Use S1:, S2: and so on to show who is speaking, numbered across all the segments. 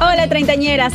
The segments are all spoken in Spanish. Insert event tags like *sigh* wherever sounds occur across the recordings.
S1: Hola treintañeras,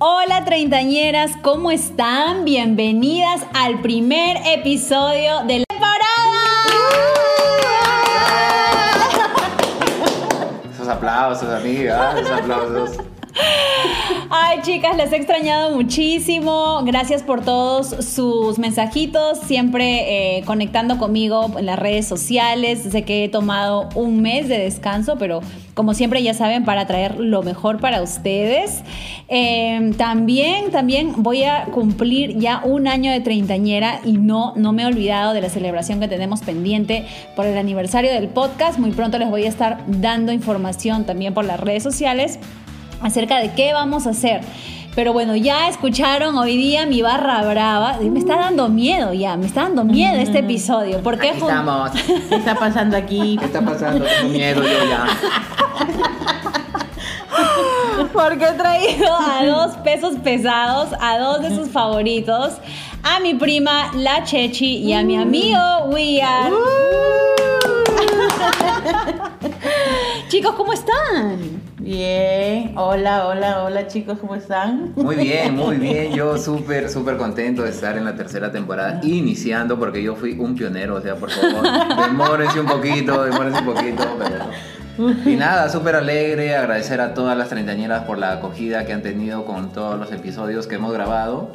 S1: Hola treintañeras, ¿cómo están? Bienvenidas al primer episodio de la temporada.
S2: Esos aplausos, amiga, ah, esos aplausos.
S1: Ay chicas, les he extrañado muchísimo. Gracias por todos sus mensajitos, siempre eh, conectando conmigo en las redes sociales. Sé que he tomado un mes de descanso, pero como siempre ya saben, para traer lo mejor para ustedes. Eh, también, también voy a cumplir ya un año de treintañera y no, no me he olvidado de la celebración que tenemos pendiente por el aniversario del podcast. Muy pronto les voy a estar dando información también por las redes sociales acerca de qué vamos a hacer. Pero bueno, ya escucharon hoy día mi barra brava. Me está dando miedo ya, me está dando miedo este episodio. ¿Por qué
S3: Aquí estamos. ¿Qué está pasando aquí?
S2: ¿Qué está pasando? Tengo miedo yo ya.
S1: Porque he traído a dos pesos pesados, a dos de sus favoritos, a mi prima La Chechi y a mi amigo We Are. *laughs* Chicos, ¿cómo están?
S3: Bien. Hola, hola, hola chicos, ¿cómo están?
S2: Muy bien, muy bien. Yo súper, súper contento de estar en la tercera temporada iniciando porque yo fui un pionero. O sea, por favor, demórense un poquito, demórense un poquito. pero- Y nada, súper alegre. Agradecer a todas las treintañeras por la acogida que han tenido con todos los episodios que hemos grabado.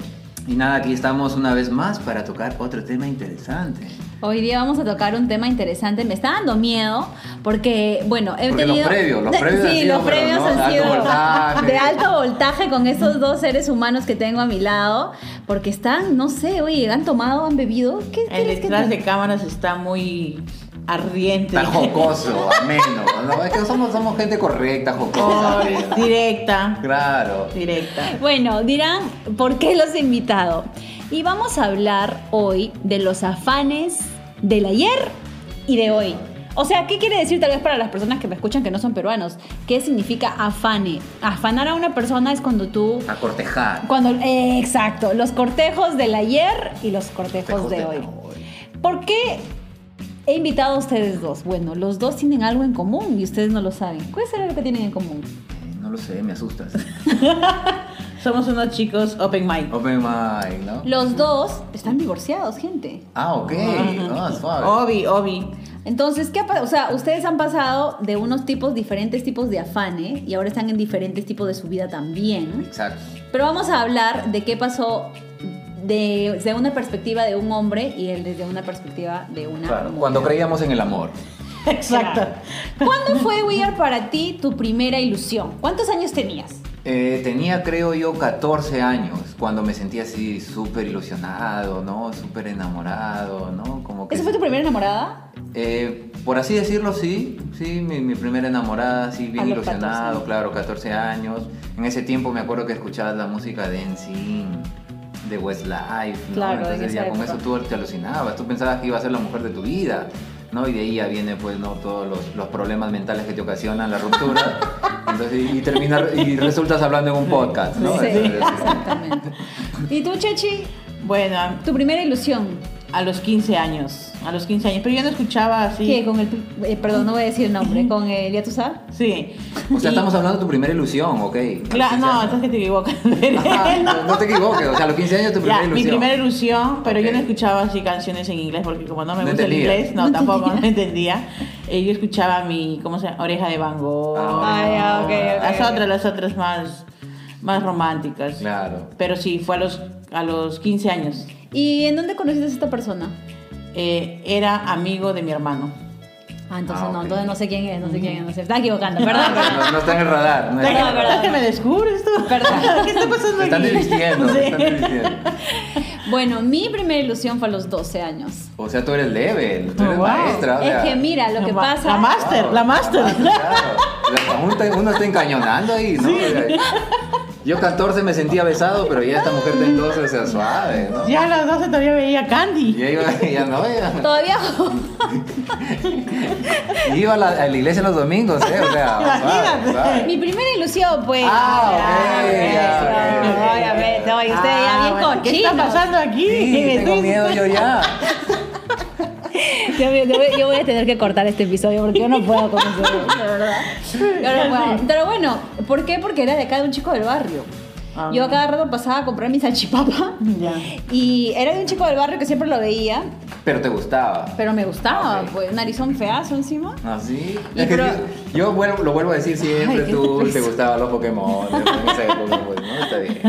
S2: Y nada, aquí estamos una vez más para tocar otro tema interesante.
S1: Hoy día vamos a tocar un tema interesante. Me está dando miedo porque, bueno, he
S2: Porque los
S1: tenido.
S2: previos, los previos han
S1: Sí,
S2: sido,
S1: los
S2: pero
S1: previos
S2: no,
S1: han
S2: de alto
S1: sido
S2: voltaje.
S1: de alto voltaje con esos dos seres humanos que tengo a mi lado. Porque están, no sé, oye, han tomado, han bebido. ¿Qué
S3: El
S1: quieres que
S3: detrás
S1: te-
S3: de cámaras está muy ardiente.
S2: Tan jocoso, ameno. No, es que somos, somos gente correcta, jocosa. amena.
S3: *laughs* Directa.
S2: Claro.
S3: Directa.
S1: Bueno, dirán, ¿por qué los he invitado? Y vamos a hablar hoy de los afanes del ayer y de hoy. O sea, ¿qué quiere decir tal vez para las personas que me escuchan que no son peruanos? ¿Qué significa afane? Afanar a una persona es cuando tú...
S2: A cortejar.
S1: Cuando, eh, exacto, los cortejos del ayer y los cortejos
S2: Cortejos
S1: de
S2: de
S1: hoy. ¿Por qué he invitado a ustedes dos? Bueno, los dos tienen algo en común y ustedes no lo saben. ¿Cuál será lo que tienen en común?
S2: No lo sé, me asustas.
S3: Somos unos chicos open mind.
S2: Open mind, ¿no?
S1: Los dos están divorciados, gente.
S2: Ah, ok. Ah, suave.
S3: Obi, obi.
S1: Entonces, ¿qué ha pasado? O sea, ustedes han pasado de unos tipos, diferentes tipos de afanes y ahora están en diferentes tipos de su vida también.
S2: Exacto.
S1: Pero vamos a hablar de qué pasó de, desde una perspectiva de un hombre y él desde una perspectiva de una
S2: Claro,
S1: mujer.
S2: Cuando creíamos en el amor.
S3: Exacto.
S1: ¿Cuándo fue, We Are, para ti tu primera ilusión? ¿Cuántos años tenías?
S2: Eh, tenía, creo yo, 14 años cuando me sentía así súper ilusionado, ¿no? Súper enamorado, ¿no? Como que...
S1: ¿Esa fue tu primera enamorada?
S2: Eh, por así decirlo, sí, sí, mi, mi primera enamorada, sí, bien
S1: A los
S2: ilusionado,
S1: 14.
S2: claro, 14 años. En ese tiempo me acuerdo que escuchabas la música de NSYNC, de Westlife, ¿no?
S1: Claro, en
S2: Entonces
S1: esa
S2: ya con
S1: época.
S2: eso tú te alucinabas, tú pensabas que iba a ser la mujer de tu vida, ¿no? Y de ahí ya viene, pues, ¿no? Todos los, los problemas mentales que te ocasionan la
S1: *laughs*
S2: ruptura. Entonces, y, y termina, y resultas hablando en un podcast, ¿no? Entonces,
S1: exactamente. ¿Y tú, Chechi?
S3: Bueno,
S1: ¿Tu primera ilusión?
S3: a los 15 años. A los 15 años. Pero yo no escuchaba así.
S1: ¿Qué? Con el... eh, perdón, no voy a decir el nombre. ¿Con el Yatusá?
S3: Sí.
S2: O sea,
S3: Y-
S2: estamos hablando de tu primera ilusión, ¿ok?
S3: Cla- no, entonces que te equivocas. *laughs*
S2: Ajá, *laughs* no. te equivoques, o sea, a los 15 años tu primera
S3: Ya,
S2: ilusión.
S3: mi primera ilusión, pero yo no
S2: Ok.
S3: escuchaba así canciones en inglés porque como no me
S2: No
S3: gusta
S2: entendía.
S3: el inglés, no,
S1: No
S3: tampoco *laughs*
S1: entendía.
S3: no entendía. Eh, yo escuchaba mi, ¿cómo se llama? Oreja de Van Gogh.
S2: Ah,
S1: ya, ok, ok,
S3: Las
S1: ok.
S3: otras, las otras más, más románticas.
S2: Claro.
S3: Pero sí, fue a los, a los 15 años.
S1: ¿Y en dónde conociste a esta persona?
S3: Eh, era amigo de mi hermano.
S1: Ah, entonces
S2: Ah,
S1: no,
S2: ok. Mm.
S1: entonces no sé quién es, no sé quién es, no sé. Está equivocando,
S2: *laughs*
S1: perdón. *laughs*
S2: Ah, No, no está en el radar. No está en el
S1: Perdón,
S2: radar.
S1: perdón.
S3: ¿Qué me descubres tú? *laughs* ¿Qué está pasando
S2: Me están
S3: aquí?
S2: desvistiendo,
S3: *laughs* Sí.
S2: me están desvistiendo.
S1: Bueno, mi primera ilusión fue a los 12 años.
S2: O sea, tú eres level, tú eres
S3: Oh, wow.
S2: maestra. O sea,
S1: es que mira, lo
S3: La
S1: que
S3: ma-
S1: pasa.
S3: la ma- Master, la master.
S2: claro. O sea, uno, está, uno está encañonando ahí, ¿no? O sea, Yo 14 me sentía besado, pero ya esta mujer del 12, o sea, suave, ¿no?
S3: Ya a las 12 todavía veía Candy.
S2: Ya iba, ya no, ya.
S1: Todavía. *laughs*
S2: Y Iba a la, a la iglesia los domingos, ¿eh? O sea, suave,
S3: Imagínate.
S2: suave.
S1: Mi primera ilusión, pues.
S2: Ah, ok,
S1: Ay,
S2: ya,
S1: eso,
S2: ok, ok.
S1: obviamente. No, y usted ya bien
S3: Ah, bueno, ¿Qué está
S1: cochino.
S3: pasando aquí?
S2: Sí,
S3: Me
S2: tengo
S3: estoy-
S2: miedo yo ya.
S1: Yo, yo- yo voy a tener que cortar este episodio porque yo no puedo con eso, de verdad. Yo no puedo. Pero bueno, ¿por qué? Porque era de acá de un chico del barrio.
S3: Ah.
S1: Yo a cada rato pasaba a comprar mi salchipapa
S3: Ya.
S1: y era de un chico del barrio que siempre lo veía,
S2: Pero te gustaba.
S1: pero me gustaba,
S2: Ok.
S1: pues narizón feazo
S2: *laughs*
S1: encima.
S2: Así.
S1: Y
S2: ¿Ah, Es que
S1: pero-
S2: yo- yo vuelvo- lo vuelvo a decir siempre,
S1: Ay, qué
S2: tú te
S1: tristeza.
S2: gustaban los Pokémon. en esa época, pues, ¿no? Está
S1: *laughs*
S2: bien.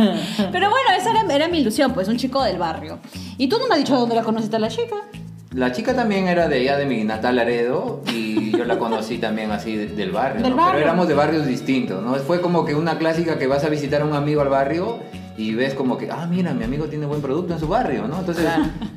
S1: Pero bueno, esa era, era mi ilusión, pues un chico del barrio. Y tú no me has dicho dónde la conociste a la chica.
S2: La chica también era de allá de mi natal Laredo y yo la conocí también así de- del barrio,
S3: Del
S2: ¿no?
S3: barrio.
S2: Pero éramos de barrios distintos, ¿no? Fue como que una clásica que vas a visitar a un amigo al barrio y ves como que, ah, mira, mi amigo tiene buen producto en su barrio, ¿no? Entonces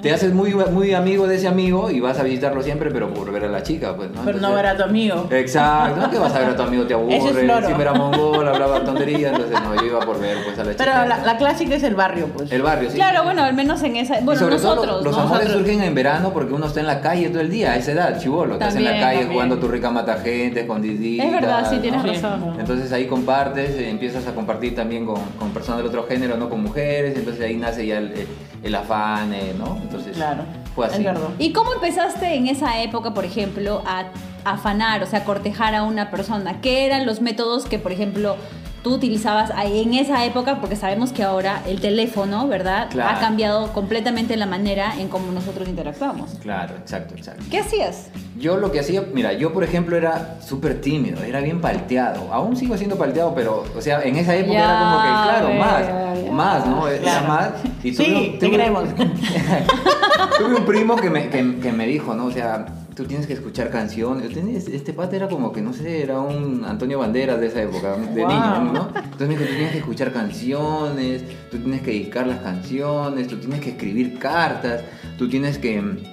S2: te haces muy, muy amigo de ese amigo y vas a visitarlo siempre, pero por ver a la chica, pues, ¿no?
S3: Pero no
S2: Entonces-
S3: verá a tu amigo.
S2: Exacto, ¿no? Que vas a ver a tu amigo, te aburre,
S3: Eso es loro.
S2: siempre era mongol, hablaba tontería, entonces no, yo iba por ver pues a la chica.
S3: Pero la, la clásica es el barrio, pues.
S2: El barrio, sí.
S1: Claro, bueno, al menos en esa.
S2: Y
S1: Bueno,
S2: sobre todo,
S1: nosotros.
S2: los
S1: ¿no?
S2: amores
S1: Nosotros.
S2: surgen en verano porque uno está en la calle todo el día, a esa edad, chivolo. Estás en la
S1: También,
S2: calle
S1: también.
S2: jugando tu rica mata gente, escondidita.
S1: Es verdad, sí,
S2: ¿no?
S1: tienes
S3: Sí.
S1: razón.
S2: Entonces ahí compartes, eh, empiezas a compartir también con, con personas del otro género, no con mujeres, entonces ahí nace ya el, el- el afán, eh, ¿no? Entonces
S3: Claro,
S2: fue así.
S3: es verdad.
S1: ¿Y cómo empezaste en esa época, por ejemplo, a a afanar, o sea, a cortejar a una persona? ¿Qué eran los métodos que, por ejemplo, tú utilizabas ahí en esa época? Porque sabemos que ahora el teléfono, ¿verdad?
S2: Claro.
S1: Ha cambiado completamente la manera en cómo nosotros interactuamos.
S2: Claro, exacto, exacto.
S1: ¿Qué hacías?
S2: Yo lo que hacía, mira, yo por ejemplo era súper tímido, era bien palteado. Aún sigo siendo palteado, pero, o sea, en esa época
S1: Ya,
S2: era como que, claro,
S1: veo,
S2: más,
S1: ya.
S2: más, ¿no? Era
S3: Claro.
S2: más. Y
S3: Sí,
S2: un-
S3: te creemos.
S2: *laughs* tuve un primo que me, que, que me dijo, ¿no? O sea, tú tienes que escuchar canciones. Tienes- Este pata era como que, no sé, era un Antonio Banderas de esa época, de
S3: Wow.
S2: niño, ¿no? Entonces me dijo, tú tienes que escuchar canciones, tú tienes que dedicar las canciones, tú tienes que escribir cartas, tú tienes que,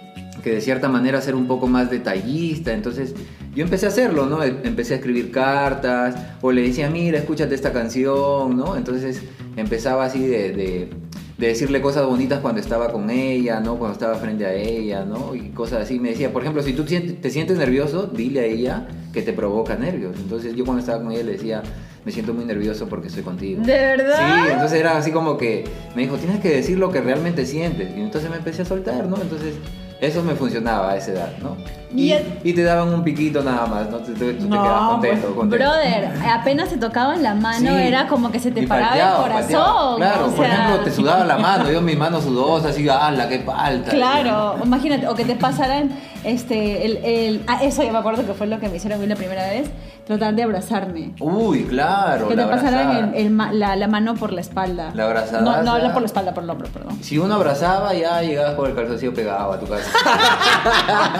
S2: que de cierta manera ser un poco más detallista. Entonces yo empecé a hacerlo, ¿no? E, Empecé a escribir cartas o le decía, mira, escúchate esta canción, ¿no? Entonces empezaba así de... de- de decirle cosas bonitas cuando estaba con ella, ¿no? Cuando estaba frente a ella, ¿no? Y cosas así. Me decía, por ejemplo, si tú sientes- te sientes nervioso, dile a ella que te provoca nervios. Entonces yo cuando estaba con ella le decía, me siento muy nervioso porque estoy contigo. Sí, entonces era así como que me dijo, tienes que decir lo que realmente sientes. Y entonces me empecé a soltar, ¿no? Entonces eso me funcionaba a esa edad, ¿no?
S1: Y
S2: Y,
S1: el-
S2: y te daban un piquito nada más, ¿no? Tú, tú- tú te
S3: No,
S2: quedabas contento,
S3: pues,
S2: contento.
S1: Brother, apenas te tocaban la mano,
S2: Sí.
S1: Ah, era como que se te
S2: Y
S1: paraba
S2: palteado,
S1: el corazón.
S2: palteado. Claro,
S1: o
S2: por
S1: sea,
S2: ejemplo, te sudaba la mano, yo mis manos sudosas, así, la qué palta!
S1: Claro, imagínate, o que te pasaran, este, el, el- ah, eso yo me acuerdo que fue lo que me hicieron a mí la primera vez, tratar de abrazarme.
S2: Uy, claro.
S1: Que te
S2: la abrazada.
S1: pasaran el- el ma- la, la mano por la espalda.
S2: La abrazada.
S1: No, no habla por la espalda, por el hombro, perdón.
S2: Si uno abrazaba, ya llegabas con el calzoncillo pegado a tu
S1: *laughs*
S2: casa.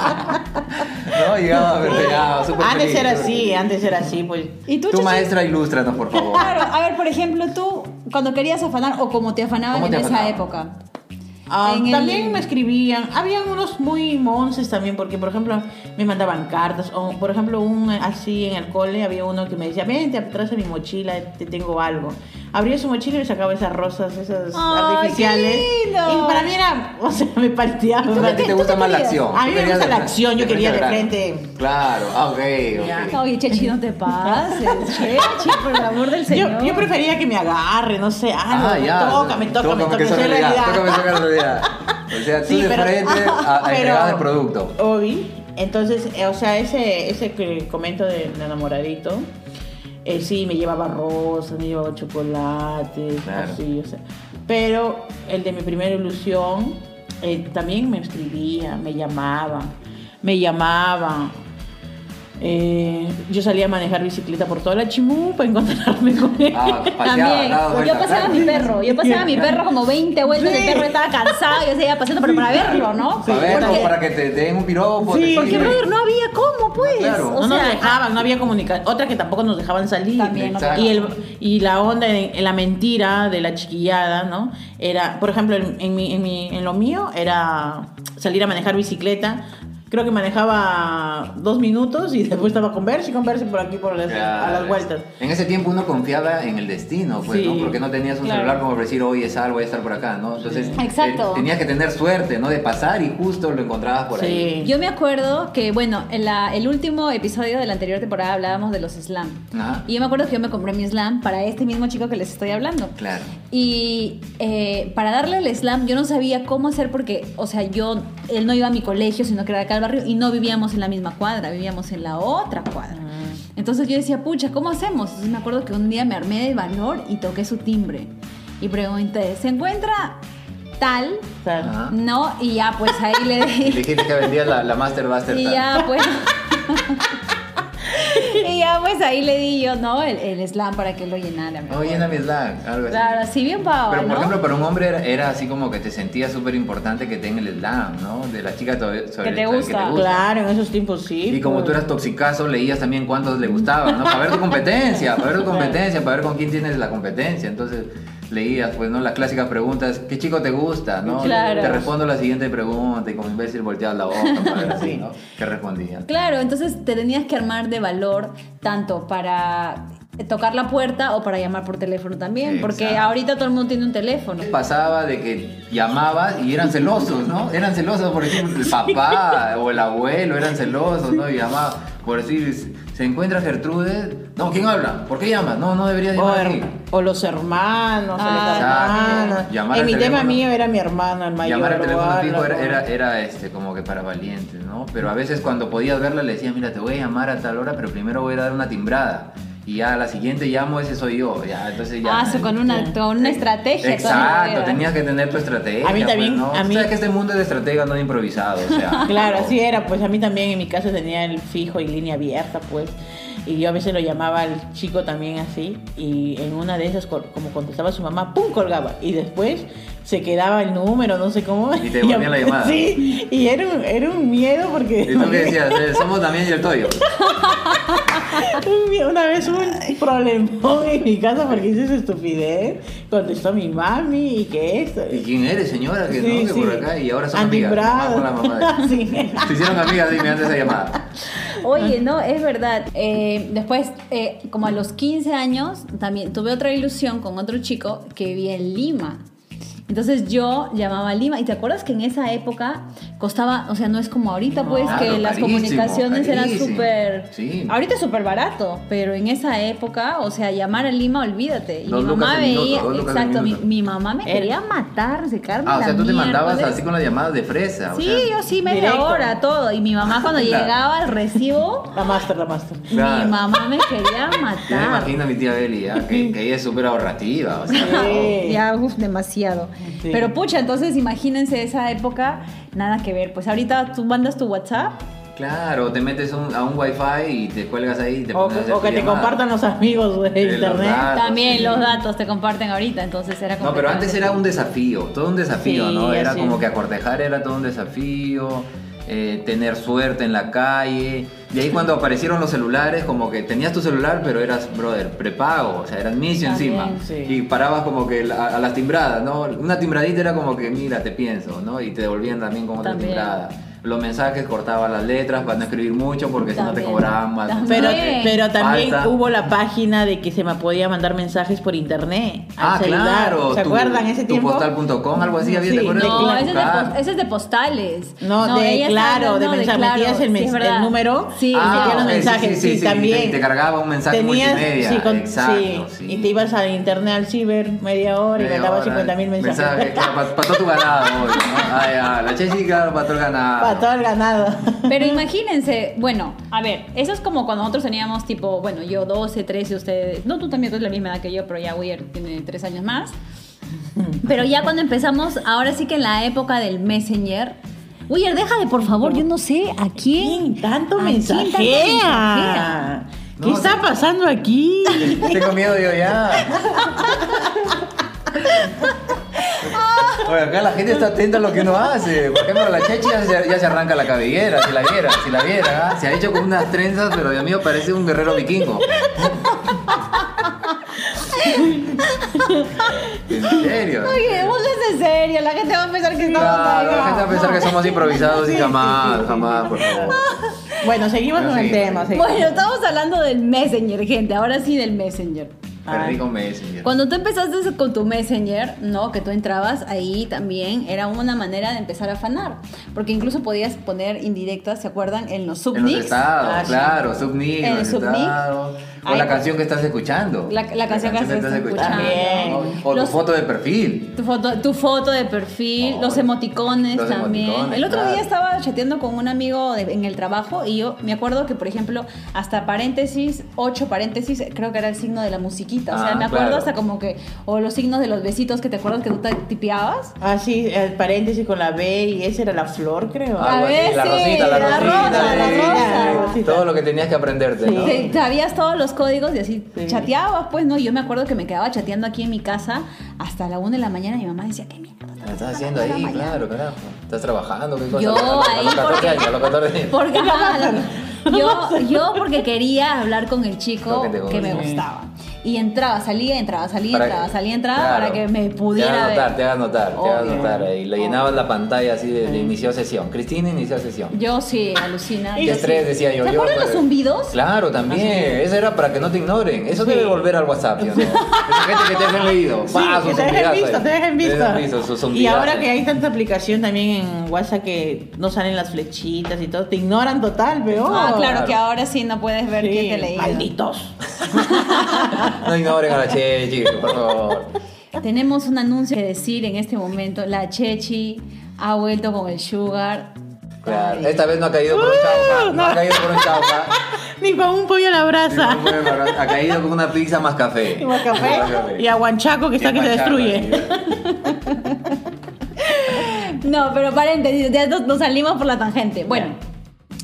S2: no, llegabas pero pegado, súper
S3: Antes
S2: feliz,
S3: era
S2: súper
S3: así,
S2: feliz.
S3: antes era así, pues.
S1: ¿Y tú,
S2: Tu
S1: Chuchi?
S2: maestra, ilústranos, por favor.
S1: Claro, a ver, por ejemplo, tú, cuando querías afanar o como te afanaban
S2: ¿Cómo te
S1: en esa
S2: afanaban?
S1: época.
S3: Ah,
S1: En el-
S3: también me escribían, habían unos muy monces también, porque por ejemplo me mandaban cartas, o por ejemplo un eh, así en el cole había uno que me decía, vente atrás de mi mochila, te tengo algo. Abría su mochila y sacaba esas rosas, esas
S1: ¡Ay,
S3: artificiales.
S1: qué lindo!
S3: Y para mí era, o sea, me parteaba.
S2: ¿A ti
S1: qué-
S2: te
S1: tú
S2: gusta
S1: qué
S2: más la
S1: querías?
S2: acción?
S3: A mí
S2: Tú
S3: me
S2: querías
S3: gusta
S2: de
S3: la acción, yo quería de
S2: grano.
S3: frente.
S2: Claro, ah, ok,
S3: Ya.
S2: ok.
S1: Oye, Chechi, no te
S3: *laughs*
S1: pases. Chechi, por el amor del
S3: Yo,
S1: Señor.
S3: yo prefería que me agarre, no sé, algo,
S2: Ah, ya.
S3: tócame, tócame, tócame,
S2: que
S3: soy
S2: soy
S3: realidad.
S2: realidad. Tócame, tócame, realidad.
S3: *laughs*
S2: O sea, tú
S3: Sí,
S2: de
S3: pero- *laughs* ah,
S2: frente a, a
S3: pero-
S2: entregar el producto.
S3: Obi. Entonces, eh, o sea, ese, ese que comento del enamoradito, eh, sí, me llevaba rosas, me llevaba chocolates,
S2: Claro.
S3: así, o sea. Pero el de mi primera ilusión eh, también me escribía, me llamaba, me llamaba. Eh, yo salía a manejar bicicleta por toda la chimupa para encontrarme con él.
S2: Ah,
S3: *laughs*
S2: paseaba,
S1: También. Pues
S2: daba
S1: yo
S2: vueltas.
S1: pasaba a mi perro. Yo pasaba a mi perro como 20 vueltas.
S3: Sí.
S1: El perro estaba cansado. Yo seguía paseando, pero para verlo, ¿no?
S2: Para verlo,
S1: Porque-
S2: para que te den un piropo.
S3: Sí,
S2: te-
S1: Porque, brother, no había cómo, pues.
S2: Claro.
S1: O
S3: no nos
S1: sea,
S3: dejaban, no había comunicación. Otra que tampoco nos dejaban salir.
S1: También,
S2: no Exacto.
S3: y, el- y la onda, en- en la mentira de la chiquillada, ¿no? Era, por ejemplo, en, en mi- en mi- en lo mío era salir a manejar bicicleta. Creo que manejaba dos minutos y *laughs* después estaba conversa y conversa por aquí por las, a
S2: Claro.
S3: las vueltas.
S2: En ese tiempo uno confiaba en el destino, pues,
S3: Sí.
S2: ¿no? Porque no tenías un
S1: Claro.
S2: celular como decir, hoy es algo, voy a estar por acá, ¿no? Entonces,
S1: Sí. Exacto.
S2: te- tenías que tener suerte, ¿no? De pasar y justo lo encontrabas por
S3: Sí.
S2: ahí.
S1: Yo me acuerdo que, bueno, en la- el último episodio de la anterior temporada hablábamos de los slam.
S2: Ajá.
S1: Y yo me acuerdo que yo me compré mi slam para este mismo chico que les estoy hablando.
S2: Claro.
S1: Y eh, para darle el slam, yo no sabía cómo hacer porque, o sea, yo, él no iba a mi colegio, sino que era de acá al barrio y no vivíamos en la misma cuadra, vivíamos en la otra cuadra. Entonces yo decía, pucha, ¿cómo hacemos? Entonces me acuerdo que un día me armé de valor y toqué su timbre. Y pregunté, ¿se encuentra tal?
S3: O sea,
S2: Ajá.
S1: No, y ya, pues ahí le
S2: Y *laughs*
S1: dije.
S2: dijiste que vendías la, la Master Buster.
S1: Y
S2: Tan.
S1: ya, pues. *laughs* y ya, pues ahí le di yo, ¿no? El, el slam para que lo llenara. me
S2: Oye,
S1: acuerdo.
S2: Oh, mi slack, algo así.
S1: Claro, sí, bien pavo,
S2: Pero, por
S1: ¿no?
S2: ejemplo, para un hombre era, era así como que te sentías súper importante que tenga el slam, ¿no? De la chica sobre, sobre-
S1: te
S2: sobre-
S1: gusta.
S3: Claro, en esos tiempos sí.
S2: Y como
S3: pues.
S2: tú eras toxicazo, leías también cuántos le gustaban, ¿no? Para ver tu competencia, para ver
S1: *laughs*
S2: tu competencia, para ver con quién tienes la competencia. Entonces leías, pues, ¿no? Las clásicas preguntas, ¿qué chico te gusta, no?
S1: Claro.
S2: Te respondo la siguiente pregunta y como imbécil volteabas la boca para ver
S1: *laughs*
S2: así, ¿no? ¿Qué respondías?
S1: Claro, entonces te tenías que armar de valor tanto para tocar la puerta o para llamar por teléfono también, porque
S2: Exacto.
S1: ahorita todo el mundo tiene un teléfono.
S2: pasaba de que llamabas y eran celosos, ¿no? Eran celosos, por decir, el papá o el abuelo eran celosos, ¿no? Y llamaba, por decir, se encuentra Gertrude, no, ¿quién habla? ¿Por qué llamas? No, no deberías
S3: O,
S2: llamar. aquí.
S3: her- o los hermanos, o las
S2: Ah.
S3: hermanas.
S2: Llamar
S3: en
S2: al
S3: mi tema
S2: teléfono.
S3: mío era mi hermana, el mayor.
S2: Llamar al teléfono
S3: o
S2: fijo era,
S3: algo.
S2: era, era, este, como que para valientes, ¿no? Pero a veces cuando podías verla le decías, mira, te voy a llamar a tal hora, pero primero voy a dar una timbrada. Y ya a la siguiente llamo, ese soy yo. Ya, entonces ya.
S1: Ah, eso con una, con una estrategia. toda la
S2: Exacto,
S1: hueva.
S2: tenías que tener tu estrategia.
S3: A mí también,
S2: pues, ¿no?
S3: a
S2: Tú
S3: mí-
S2: Sabes que este mundo es de estrategas, no de improvisado. O sea,
S3: *laughs* Claro,
S2: no.
S3: así era. Pues a mí también en mi casa tenía el fijo y línea abierta, pues. Y yo a veces lo llamaba al chico también así. Y en una de esas, col- como contestaba su mamá, ¡pum! colgaba. Y después se quedaba el número, no sé cómo.
S2: Y te devolvían
S3: *laughs*
S2: la llamada.
S3: Sí, y era un, era un miedo porque.
S2: ¿Y tú
S3: *laughs*
S2: qué decías? Eh, Somos también y el Toyo.
S3: Tuve Una vez un problemón en mi casa porque hice esa estupidez. Contestó mi mami y que esto.
S2: ¿Y quién eres, señora? Que
S3: Sí,
S2: no, que por
S3: sí.
S2: acá y ahora son
S3: Antimbrado.
S2: amigas. Mamá con la mamá.
S3: *laughs* Sí.
S2: Se hicieron amigas dime antes de esa llamada.
S1: Oye, no, es verdad. Eh, después, eh, como a los 15 años, también tuve otra ilusión con otro chico que vivía en Lima. Entonces yo llamaba a Lima y te acuerdas que en esa época costaba, o sea, no es como ahorita, pues
S2: Claro,
S1: que las
S2: carísimo,
S1: comunicaciones eran
S2: carísimo.
S1: súper...
S2: Sí.
S1: Ahorita es súper barato, pero en esa época, o sea, llamar a Lima, olvídate. Y
S2: Dos
S1: mi
S2: lucas
S1: mamá
S2: al
S1: veía,
S2: minuto, dos lucas al
S1: exacto, mi,
S2: minuto.
S1: mi mamá me
S3: Era-
S1: quería matar, secarme
S2: Ah, o
S1: la
S2: sea, tú te mandabas
S1: miércoles.
S2: así con las llamadas de fresa. o
S1: Sí,
S2: sea,
S1: yo sí, media
S3: Directo.
S1: hora, todo. Y mi mamá cuando
S2: *laughs* Claro.
S1: llegaba al
S2: *laughs*
S1: recibo,
S3: La master, la master.
S2: Claro.
S1: mi mamá me
S2: *laughs*
S1: quería
S2: Yo me
S1: matar.
S2: imagino a mi tía Beli, ¿ah? que, que ella es súper ahorrativa. O sea, ¿no?
S3: Sí.
S1: Ya, uf, demasiado.
S3: Sí.
S1: Pero pucha, entonces imagínense esa época, nada que ver. Pues ahorita tú mandas tu WhatsApp.
S2: Ah, Claro, te metes un- a un wifi y te cuelgas ahí y te
S3: O,
S2: pones a hacer
S3: o que
S2: tu
S3: te
S2: llamada.
S3: compartan los amigos de
S2: El
S3: internet.
S2: dato,
S1: También
S2: sí.
S1: los datos te comparten ahorita, entonces era como.
S2: No, pero antes era un desafío, todo un desafío,
S3: Sí,
S2: ¿no? Era
S3: así
S2: como
S3: es.
S2: que acortejar era todo un desafío, eh, tener suerte en la calle. Y ahí cuando aparecieron los celulares, como que tenías tu celular, pero eras, brother, prepago, o sea, eras misio
S1: También,
S2: encima.
S3: sí.
S2: Y parabas como que la- a, las timbradas, ¿no? Una timbradita era como que, mira, te pienso, ¿no? Y te devolvían también con otra
S1: También.
S2: timbrada. Los mensajes cortaban las letras para no escribir mucho porque si no te
S1: También.
S2: cobraban más.
S1: También.
S3: Pero,
S1: Sí.
S3: pero también
S2: Falta.
S3: hubo la página de que se me podía mandar mensajes por internet. al
S2: Ah,
S3: celular.
S2: claro.
S3: ¿Se
S2: tu-
S3: acuerdan ese tiempo?
S2: Tupostal.com, algo así había,
S3: Sí,
S2: ¿te acuerdas?
S1: No,
S3: de
S1: ese es de,
S2: Claro.
S1: pos- ese es de postales.
S3: No, de
S1: ella está
S3: claro,
S1: hablando
S3: de mensaje. Metías el
S1: sí, es
S3: mens- el
S1: verdad.
S3: número
S1: Sí,
S3: y metías
S1: claro.
S3: los
S2: Ah, ok,
S3: mensajes, sí,
S2: y te-
S3: también.
S2: Y te cargaba un mensaje multimedia.
S3: sí, con-
S2: Exacto,
S3: sí,
S2: sí.
S3: y te ibas al internet al ciber media hora y mandabas 50 mil mensajes. *laughs*
S2: Pasó tu ganado, obvio, ¿no? Ay, ah, la Jessica pasó el ganado.
S3: Para todo el ganado.
S1: Pero imagínense, bueno, a ver, eso es como cuando nosotros teníamos tipo, bueno, yo 12, 13, ustedes, no, tú también tú eres la misma edad que yo, pero ya Weir tiene 3 años más. Pero ya cuando empezamos, ahora sí que en la época del Messenger, Weir, deja de, por favor, yo no sé a quién.
S3: ¿Quién tanto
S1: ¿A quién tanto mensajea?
S3: mensajea? ¿Qué
S2: No,
S3: está
S2: sí.
S3: pasando aquí?
S2: *laughs* Tengo miedo yo ya. Oye, acá la gente está atenta a lo que uno hace. Por ejemplo, la Chechi ya se, ya se arranca la cabellera, si la viera, si la viera. ¿ah? Se ha hecho con unas trenzas, pero Dios mío, parece un guerrero vikingo. ¿En serio?
S1: Oye, vos en serio, la gente va a pensar que estamos
S2: Claro, la
S1: acá.
S2: gente va a pensar que somos improvisados y jamás, jamás, por favor.
S3: Bueno, seguimos
S2: No,
S3: con el
S2: sí,
S3: tema.
S2: sí.
S3: seguimos.
S1: Bueno, estamos hablando del Messenger, gente. Ahora sí del Messenger.
S2: Federico Messenger.
S1: Cuando tú empezaste con tu Messenger, ¿no? Que tú entrabas ahí también, era una manera de empezar a afanar. Porque incluso podías poner indirectas, ¿se acuerdan? En los
S2: En los
S1: subnicks.
S2: estados,
S3: Ah, sí.
S2: claro, subnick,
S1: En el
S2: los
S1: subnick.
S2: estados. O
S1: Ahí-
S2: la canción que estás escuchando.
S1: La- la canción que estás
S3: escuchando.
S2: ¿no? O
S1: Los-
S2: tu foto de perfil.
S1: Tu foto, tu foto de perfil,
S2: Oh,
S1: los emoticones
S2: los
S1: también.
S2: emoticones,
S1: el otro
S2: claro.
S1: día estaba chateando con un amigo de- en el trabajo y yo me acuerdo que, por ejemplo, hasta paréntesis, ocho paréntesis, creo que era el signo de la musiquita. O sea,
S2: Ah,
S1: me acuerdo
S2: claro.
S1: hasta como que, o los signos de los besitos que te acuerdas que tú te tipeabas.
S3: Ah, sí, el paréntesis con la B y esa era la flor, creo.
S1: Ah,
S2: Algo así,
S1: ver,
S2: la
S1: sí,
S2: rosita, la,
S1: la
S2: rosita,
S1: rosa, la
S2: sí,
S1: rosa.
S2: sí,
S3: Rosita.
S2: Todo lo que tenías que aprenderte,
S3: Sí.
S2: ¿no?
S1: Te- Sabías todos los códigos y así
S3: Sí.
S1: chateabas, pues, ¿no? Yo me acuerdo que me quedaba chateando aquí en mi casa hasta la 1 de la mañana y mi mamá decía, ¿qué mierda?
S2: Lo estás haciendo ahí, claro, carajo. Estás trabajando, qué cosa.
S1: Yo
S2: A
S1: ahí
S2: los 14
S1: porque-
S2: años, a los 14 años. *laughs*
S1: Porque yo, yo porque quería hablar con el chico
S2: Lo que te gusta.
S1: que me gustaba. Y entraba, salía, entraba, salía,
S2: Para
S1: entraba,
S2: que-
S1: salía, entraba
S2: claro.
S1: para que me
S2: Te
S1: pudiera
S2: haga notar,
S1: ver.
S2: te haga notar, te haga
S3: Obvio.
S2: notar. ahí. le llenabas la pantalla así de, de inició sesión. Cristina inició sesión.
S1: Yo sí, alucina.
S2: Qué
S1: yo
S2: estrés,
S1: sí.
S2: decía yo.
S1: ¿Te
S2: yo,
S1: acuerdas
S2: pues.
S1: los zumbidos?
S2: Claro, también. Eso era para que no te ignoren. Eso
S3: Ah, Sí.
S2: debe volver al WhatsApp,
S3: *laughs*
S2: ¿sí o no? Esa gente que te dejen leído.
S3: Sí,
S2: Pa,
S3: que
S2: sus
S3: te dejen
S2: zumbidazo
S3: visto,
S2: ahí.
S3: te dejen visto.
S2: sus
S3: y
S2: zumbidazo.
S3: ahora que hay tanta aplicación también en WhatsApp que no salen las flechitas y todo, te ignoran total, peor.
S1: Ah, claro,
S2: claro.
S1: que ahora sí no puedes ver
S3: Sí,
S1: quién te leía.
S3: Malditos. *laughs*
S2: No ignoren a la Che, chicos, por favor.
S1: Tenemos un anuncio que decir en este momento. La Chechi ha vuelto con el Sugar.
S2: Claro, Esta vez no ha caído por un
S3: Uh,
S2: chaufa. No, ha caído por un
S3: *laughs*
S2: chaufa.
S3: Ni con un pollo a la brasa.
S2: ha caído con una pizza más café.
S3: *laughs* Ni con café. Y a Huanchaco que está que se destruye.
S1: No, pero paréntesis, ya nos, nos salimos por la tangente. Bueno,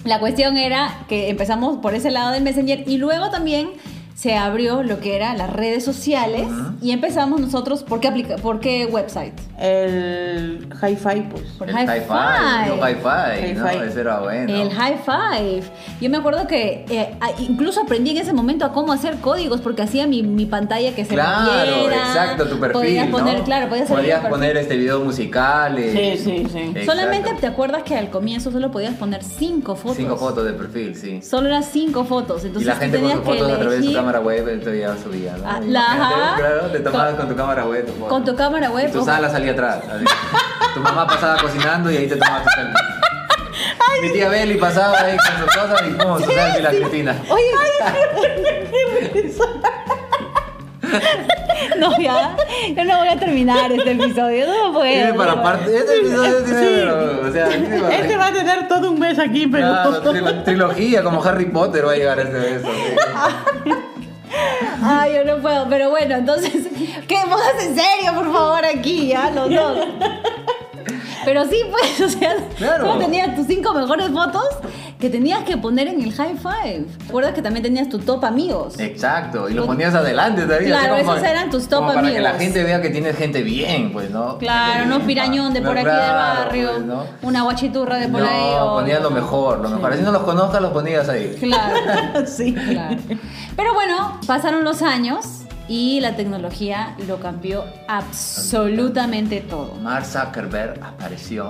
S1: la cuestión era que empezamos por ese lado del Messenger y luego también se abrió lo que era las redes sociales y empezamos nosotros, ¿por qué, aplica- por qué website?
S3: El hi-fi, pues.
S1: Por
S2: El high five. No high five.
S3: High
S2: No,
S3: five.
S2: ese era bueno.
S1: El high five. Yo me acuerdo que eh, a- incluso aprendí en ese momento a cómo hacer códigos porque hacía mi, mi pantalla que se
S2: Claro,
S1: moviera.
S2: exacto, tu perfil.
S1: Podías poner,
S2: ¿no?
S1: claro, podías, hacer tu perfil.
S2: poner este videos
S3: Sí,
S2: musicales.
S3: sí, sí.
S2: Exacto.
S1: Solamente te acuerdas que al comienzo solo podías poner cinco fotos.
S2: Cinco fotos de perfil, sí.
S1: Solo eran cinco fotos, entonces
S2: y la
S1: tú
S2: gente con
S1: tenías
S2: sus fotos
S1: que
S2: a través de su
S1: elegir
S2: cámara web todavía subía, ¿no?
S1: Ah,
S2: Imagínate,
S1: la- ajá.
S2: Claro, te tomabas
S1: Con-
S2: con, tu cámara web. tu foto.
S1: con tu cámara web,
S2: Y tu
S1: ojo.
S2: sala salía atrás. así. tu mamá pasaba cocinando y ahí te tomabas tu selfie. Mi tía Beli pasaba ahí con sus cosas y como su selfie la Cristina.
S1: Oye, *laughs* no, ya, yo no voy a terminar este episodio, no puedo.
S2: Tiene
S1: no
S2: para
S1: puedo.
S2: parte. Este episodio tiene. pero, O sea, tiene para-
S3: Este va a tener todo un mes aquí, pero.
S2: Claro, trilo- trilogía como Harry Potter va a llegar este eso.
S1: *laughs* Ay, yo no puedo, pero bueno, entonces, *laughs* ¿qué pongas en serio, por favor, aquí, ya, los dos? Pero sí, pues, o sea,
S2: Claro.
S1: tú tenías tus cinco mejores fotos que tenías que poner en el high five. ¿Recuerdas que también tenías tu top amigos?
S2: Exacto, y lo ponías adelante todavía. así
S1: Claro,
S2: como-
S1: esos eran tus top
S2: como Para que la
S1: amigos.
S2: gente vea que tienes gente bien, pues, ¿no?
S1: Claro,
S2: Gente
S1: no
S2: bien,
S1: pirañón de
S2: no,
S1: por aquí del
S2: claro,
S1: barrio,
S2: pues, ¿no?
S1: una guachiturra de por ahí.
S2: No,
S1: o-
S2: ponías lo mejor, lo mejor. Así no los conozcas, los ponías ahí.
S1: Claro,
S3: *laughs* sí.
S1: claro. Pero bueno, pasaron los años y la tecnología lo cambió absolutamente todo.
S2: Mark Zuckerberg apareció,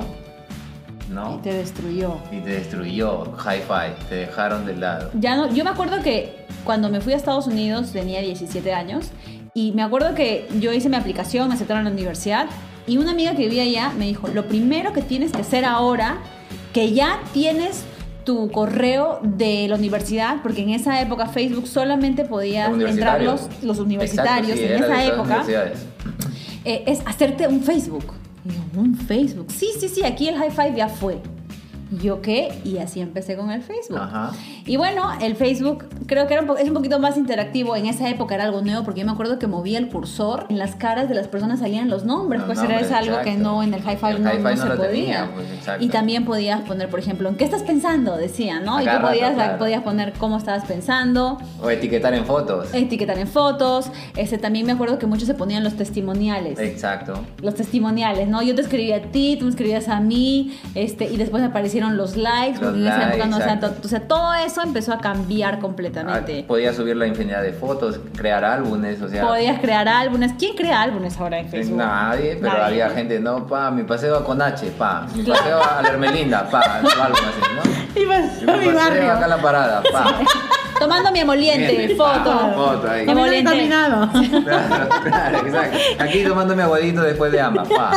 S1: Y
S2: ¿no?
S1: te destruyó.
S2: Y te destruyó, hi-fi, te dejaron de lado.
S1: Ya no, yo me acuerdo que cuando me fui a Estados Unidos tenía 17 años y me acuerdo que yo hice mi aplicación, me aceptaron a la universidad y una amiga que vivía allá me dijo, lo primero que tienes que hacer ahora, que ya tienes tu correo de la universidad, porque en esa época Facebook solamente podía entrar
S2: Universitarios.
S1: los, los universitarios,
S2: Exacto, sí,
S1: en
S2: era
S1: esa
S2: de todas las
S1: época,
S2: universidades.
S1: eh, es hacerte un Facebook. Y yo, un Facebook. Sí, sí, sí, aquí el high five ya fue. Y yo qué, y así empecé con el Facebook.
S2: Ajá.
S1: Y bueno, el Facebook creo que era un po- es un poquito más interactivo. En esa época era algo nuevo porque yo me acuerdo que movía el cursor, en las caras de las personas salían los nombres,
S2: Los
S1: pues
S2: nombres,
S1: era algo que
S2: exacto.
S1: no en el hi
S2: El
S1: no,
S2: hi-fi
S1: no
S2: no
S1: se
S2: lo
S1: podía.
S2: tenía, pues, exacto.
S1: y también podías poner, por ejemplo, ¿en qué estás pensando? Decía, ¿no?
S2: A
S1: y tú
S2: cada rato,
S1: podías,
S2: claro.
S1: podías poner cómo estabas pensando,
S2: O etiquetar en fotos.
S1: etiquetar en fotos. Este, también me acuerdo que muchos se ponían los testimoniales
S2: Exacto.
S1: los testimoniales, ¿no? Yo te escribía a ti, tú me escribías a mí, este, y después aparecía pusieron los likes,
S2: Los
S1: porque en esa época no
S2: likes,
S1: se
S2: exacto.
S1: O sea, todo eso empezó a cambiar
S2: Ah,
S1: completamente.
S2: podía subir la infinidad de fotos, crear álbumes, o sea.
S1: Podías crear álbumes. ¿Quién crea álbumes ahora en
S2: eh,
S1: Facebook?
S2: Nadie, pero
S1: Nadie.
S2: había gente, no, pa, mi paseo a Conache, pa, mi
S1: Claro.
S2: paseo a la Hermelinda, pa, o algo así,
S1: *laughs*
S2: ¿no?
S3: Y
S2: Y
S3: pasó a
S2: mi paseo
S3: mi barrio.
S2: acá a la parada, pa.
S1: Tomando mi emoliente,
S2: *laughs* Gente, pa,
S1: foto. *laughs*
S2: Foto ahí.
S1: Mi
S3: También he
S1: Emoliente.
S3: caminado.
S2: Claro, claro, exacto. Aquí tomando mi aguadito después de ambas, pa.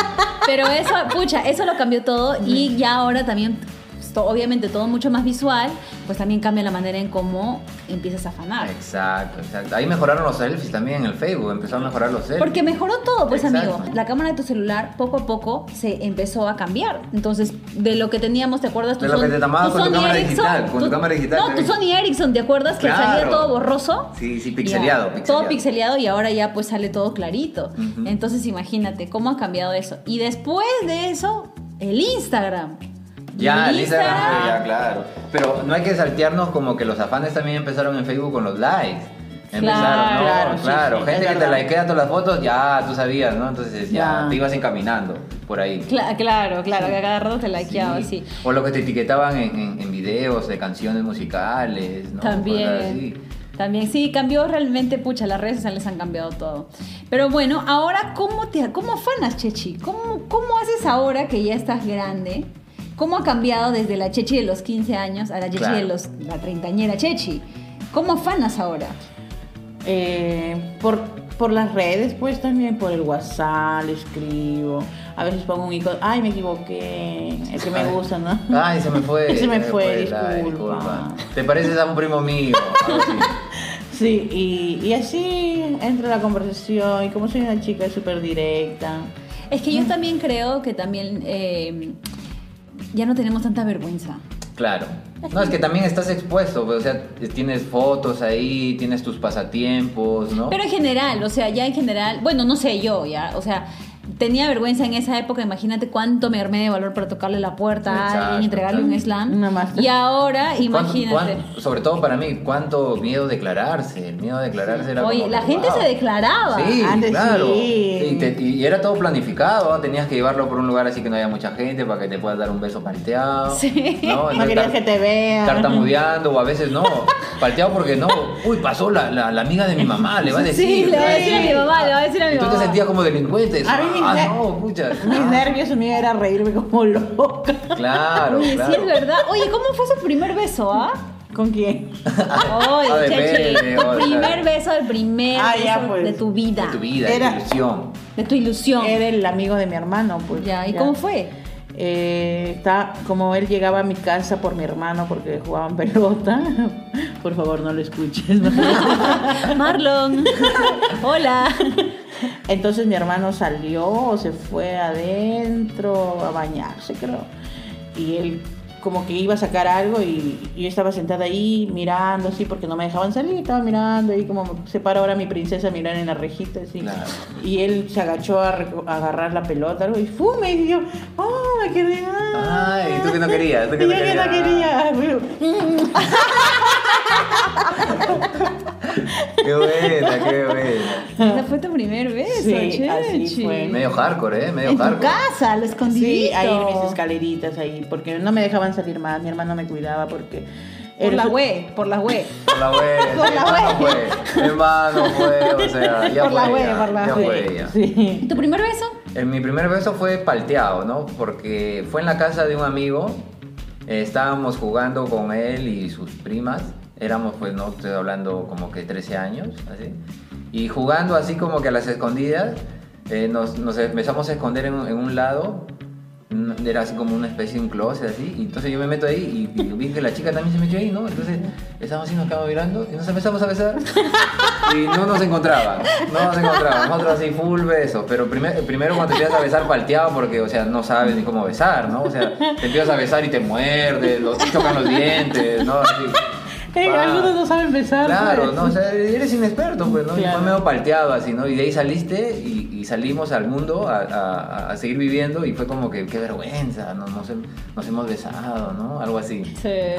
S1: Pero eso, pucha, eso lo cambió todo y ya ahora también, pues, to- obviamente todo mucho más visual, pues también cambia la manera en cómo empiezas a fanar.
S2: Exacto, exacto. Ahí mejoraron los selfies también en el Facebook, empezó a mejorar los selfies.
S1: Porque mejoró todo, pues
S2: Exacto.
S1: amigo. La cámara de tu celular poco a poco se empezó a cambiar. Entonces, de lo que teníamos, ¿te acuerdas?
S2: De lo que te tomabas con tu cámara digital, con tu
S1: tú-
S2: cámara digital
S1: No, tu
S2: también.
S1: Sony Ericsson, ¿te acuerdas? Que
S2: Claro.
S1: salía todo borroso.
S2: Sí, sí,
S1: Ya,
S2: pixeleado,
S1: Todo pixeleado y ahora ya pues sale todo clarito.
S2: Ujú.
S1: Entonces imagínate cómo ha cambiado eso. Y después de eso, el Instagram.
S2: Ya,
S1: el
S2: el Instagram, fue, ya, claro. Pero no hay que saltearnos como que los afanes también empezaron en Facebook con los likes. Empezaron, ¿no?
S3: Claro,
S2: Claro,
S3: sí, sí, es
S2: Gente que te
S3: verdad.
S2: likea todas las fotos, ya tú sabías, ¿no? Entonces ya,
S3: Ya.
S2: te ibas encaminando por ahí.
S1: Cla- claro, claro, que a cada rato te likeaba,
S2: Sí.
S1: sí.
S2: O lo que te etiquetaban en, en- en videos de canciones musicales, ¿no? Cosas
S1: También.
S2: así.
S1: También, sí, cambió realmente, pucha, las redes sociales han cambiado todo. Pero bueno, ahora, ¿cómo, te, cómo afanas, Chechi? ¿Cómo, ¿Cómo haces ahora que ya estás grande? ¿Cómo ha cambiado desde la Chechi de los 15 años a la Chechi de
S2: Claro.
S1: los, la treintañera Chechi? ¿Cómo afanas ahora?
S3: Eh, por, por las redes, pues también por el WhatsApp, le escribo. A veces pongo un icono. Ay, me equivoqué. El que me gusta, ¿no?
S2: Ay, Ah. se me fue.
S3: Se me fue,
S2: la-
S3: disculpa.
S2: Te pareces a un primo mío. algo así.
S3: *laughs* Sí, y, y así entra la conversación. Y como soy una chica súper directa.
S1: Es que
S2: Mm.
S1: yo también creo que también eh, ya no tenemos tanta vergüenza.
S2: Claro. No, es que también estás expuesto, pues, o sea, tienes fotos ahí, tienes tus pasatiempos, ¿no?
S1: Pero en general, o sea, ya en general, bueno, no sé yo, ya, o sea, tenía vergüenza en esa época, imagínate cuánto me armé de valor para tocarle la puerta a
S2: Exacto,
S1: alguien, entregarle un
S2: exacto.
S1: slam.
S3: Una master.
S1: Y ahora,
S2: ¿Cuánto-
S1: imagínate.
S2: cuán- sobre todo para mí, cuánto miedo declararse. El miedo a declararse era
S1: Oye,
S2: como
S1: la
S2: que,
S1: gente
S2: wow.
S1: se declaraba.
S2: Sí,
S3: Antes
S2: claro.
S3: sí.
S2: Sí, te- y era todo planificado. ¿no? Tenías que llevarlo por un lugar así que no haya mucha gente para que te puedas dar un beso palteado.
S1: Sí.
S2: No,
S3: No
S2: Entonces,
S3: querías
S2: tar-
S3: que te vean. *laughs*
S2: tartamudeando o a veces no. Palteado porque no. Uy, pasó la, la- la amiga de mi mamá, le va a decir.
S1: Sí, le voy a
S3: sí.
S1: decir a mi mamá, le voy a decir a mi
S2: Y tú te
S1: mamá.
S2: sentías como delincuente.
S3: A mí mis,
S2: ah,
S3: ner-
S2: no, pucha.
S3: mis
S2: Ah,
S3: nervios mío era reírme como *laughs* loca.
S2: *laughs* Claro,
S1: Oye,
S2: claro.
S1: sí es verdad. Oye, ¿cómo fue su primer beso, ah?
S3: ¿Con quién?
S2: *laughs* Ah,
S1: Oye,
S2: depende,
S1: Chechi, tu
S2: o sea.
S1: primer beso, el primer
S3: Ah, ya,
S1: beso
S3: pues.
S1: de tu vida,
S2: De tu vida,
S3: Era-
S2: de tu ilusión.
S1: de tu ilusión.
S3: Era el amigo de mi hermano, pues.
S1: Ya, ¿y cómo fue?
S3: Eh, ta- como él llegaba a mi casa por mi hermano porque jugaban *laughs* pelota, por favor no lo escuches. ¿no?
S2: *laughs*
S1: Marlon, hola.
S3: Entonces mi hermano salió, se fue adentro a bañarse, creo. Y él como que iba a sacar algo y y yo estaba sentada ahí mirando así porque no me dejaban salir, estaba mirando y como se para ahora mi princesa a mirar en la rejita así.
S2: Claro.
S3: Y él se agachó a, reco- a agarrar la pelota algo, y fume y yo, ¡oh, me quedé! ah".
S2: Ay, tú que no querías, tú que
S3: Y
S2: no
S3: yo que no
S2: querías.
S3: quería. pero-
S2: Qué buena, qué buena.
S1: Ese fue tu primer beso,
S3: Sí, así
S1: Chechi.
S3: fue.
S2: Medio hardcore, ¿eh? Medio
S1: En tu
S2: hardcore.
S1: casa, lo escondidito.
S3: Sí, ahí mis escaleritas ahí, porque no me dejaban salir más, mi hermano me cuidaba porque...
S1: Por
S3: era
S1: la
S3: su-
S1: web, por la web.
S2: Por la web.
S1: Por
S2: mi
S1: la
S2: hermano
S1: web.
S2: fue, Mi hermano fue, o
S3: *laughs*
S2: sea, ya
S3: por
S2: fue
S3: la web,
S2: ella,
S3: por la
S2: ya
S3: web.
S2: fue ella.
S1: ¿Y
S3: Sí.
S1: tu primer beso?
S2: En mi primer beso fue palteado, ¿no? Porque fue en la casa de un amigo. eh, estábamos jugando con él y sus primas. Éramos, pues, no estoy hablando como que 13 años, así. Y jugando así como que a las escondidas, eh, nos, nos empezamos a esconder en, un- en un lado. Mm, Era así como una especie de un closet, así. Y entonces yo me meto ahí y, y vi que la chica también se metió ahí, ¿no? Entonces estábamos así, nos quedamos mirando y nos empezamos a besar. Y no nos encontraban, no nos encontraban. Nosotros así full besos, pero primer- primero cuando te empiezas a besar palteado porque, o sea, no sabes ni cómo
S3: *laughs*
S2: besar, ¿no? O sea, te empiezas a besar y te muerdes, los, chocan los dientes, ¿no? Así.
S3: Eh,
S2: Pa.
S3: algunos no saben besar.
S2: Claro,
S3: pues.
S2: no, o sea, eres inexperto, pues, ¿no? Y
S3: Claro.
S2: Fue medio palteado así, ¿no? Y de ahí saliste y, y salimos al mundo a, a- a seguir viviendo y fue como que, qué vergüenza, no, nos, hem- nos hemos besado, ¿no? Algo así.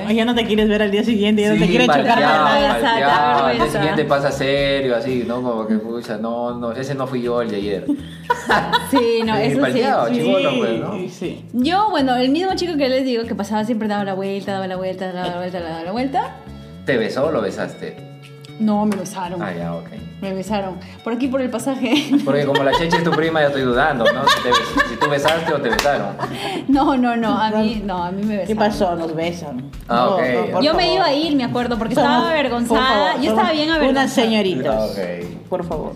S3: Ay, Ya no te quieres ver al día siguiente, ya no te
S2: Sí,
S3: quieres chocar.
S2: palteado,
S1: la cabeza,
S2: palteado.
S1: da
S2: Al día
S1: vergüenza.
S2: siguiente pasa serio, así, ¿no? Como que, pucha, no, no, ese no fui yo el de ayer.
S1: *laughs* Sí, no,
S2: Sí,
S1: eso sí.
S2: palteado,
S1: sí.
S2: chivolo, pues, ¿no?
S3: Sí, sí.
S1: Yo, bueno, el mismo chico que les digo que pasaba siempre daba la vuelta, daba la vuelta, daba la vuelta, daba la vuelta.
S2: ¿Te besó o lo besaste?
S1: No, me besaron.
S2: Ah, ya, ok.
S1: Me besaron. Por aquí, por el pasaje. *laughs*
S2: Porque como la cheche es tu prima, ya estoy dudando, ¿no? Si, te bes- si tú besaste o te besaron.
S1: No, no, no. A mí, no, a mí me besaron.
S3: ¿Qué pasó? Nos besan.
S2: Ah, ok.
S3: por
S1: Yo me
S3: favor.
S1: iba a ir, me acuerdo, porque
S3: Somos-
S1: estaba
S3: por
S1: avergonzada.
S3: favor,
S1: Yo estaba
S3: somos
S1: bien avergonzada.
S3: Unas señoritas.
S2: Ah, ok.
S3: Por favor.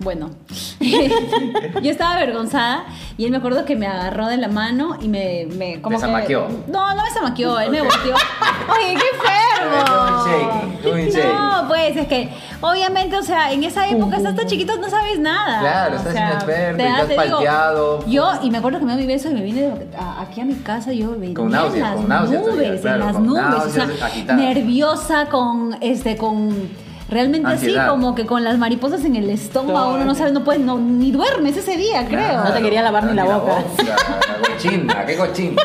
S1: Bueno, *laughs* yo estaba avergonzada y él me acuerdo que me agarró de la mano y me. me como
S2: ¿Te
S1: que-
S2: zamaqueó?
S1: No, no me zamaqueó, él me
S2: Ok.
S1: volteó. Oye, qué
S2: Fue un shaking, fue
S1: enfermo.
S2: un
S1: No, pues es que, obviamente, o sea, en esa época, estás tan chiquito, no sabes nada.
S2: Uh, Claro, estás inexperto, estás
S1: digo,
S2: palteado. pues.
S1: Yo, y me acuerdo que me dio mi beso y me vine de- a- aquí a mi casa, yo venía
S2: Con náuseas,
S1: en las
S2: con náuseas
S1: nubes,
S2: todavía, claro,
S1: en las
S2: con
S1: nubes, o
S2: náuseas,
S1: sea,
S2: agitada.
S1: nerviosa, con, este, con. Realmente así,
S2: Ansiedad.
S1: como como que con las mariposas en el estómago,
S3: Todo.
S1: uno no sabe, no puedes, no, ni duermes ese día, creo.
S3: No te quería lavar ni la boca.
S2: La cochina, qué cochina.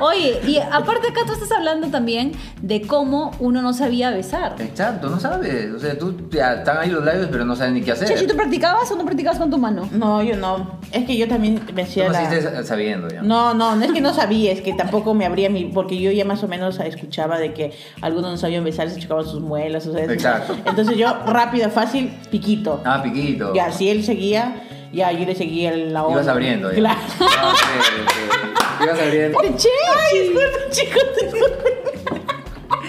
S1: Oye, y aparte acá tú estás hablando también de cómo uno no sabía besar.
S2: Exacto, no sabes. O sea, tú ya están ahí los labios, pero no sabes ni qué hacer.
S1: Che, ¿sí ¿tú practicabas o no practicabas con tu mano?
S3: No, yo no. Es que yo también me hacía
S2: Tú
S3: la-
S2: naciste sabiendo ya.
S3: No, no, no es que no sabía, es que tampoco me abría mi. Porque yo ya más o menos escuchaba de que algunos no sabían besar, se chocaban sus muelas, o sea.
S2: Exacto.
S3: Entonces yo, rápido, fácil, piquito.
S2: Ah, piquito.
S3: Ya, si él seguía, ya yo le seguía la onda.
S2: Ibas abriendo ya.
S3: Claro. *laughs*
S2: Ah, ok, ok. Ibas abriendo.
S1: Che,
S3: Ay, disculpen, chicos. disculpen.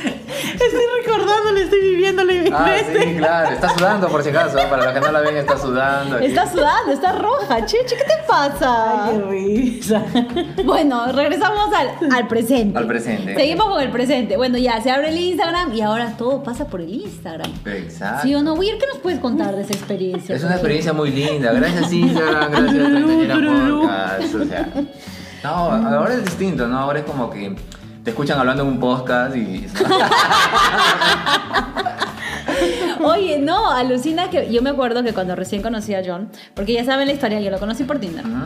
S3: Estoy recordándole, estoy viviéndole mi
S1: *laughs*
S2: Ah,
S3: mente.
S2: sí, claro. Está sudando por si acaso. Para los que no la ven, está sudando. aquí.
S1: estás sudando, estás roja, che, che, ¿qué te pasa?
S3: Ay, qué risa.
S1: Bueno, regresamos al, al presente.
S2: Al presente.
S1: Seguimos con el presente. Bueno, ya se abre el Instagram y ahora todo pasa por el Instagram.
S2: Exacto.
S1: ¿Sí o no? Weir, ¿qué nos puedes contar de esa experiencia?
S2: Ah. Es una experiencia muy linda.
S1: *laughs*
S2: Gracias Instagram, gracias Treintañera Podcast. O sea, no,
S1: Mm.
S2: ahora es distinto, ¿no? Ahora es como que te escuchan hablando en un podcast y...
S1: *laughs* Oye, no, alucina que yo me acuerdo que cuando recién conocí a John, porque ya saben la historia, yo lo conocí por Tinder. *laughs*
S2: Ujú.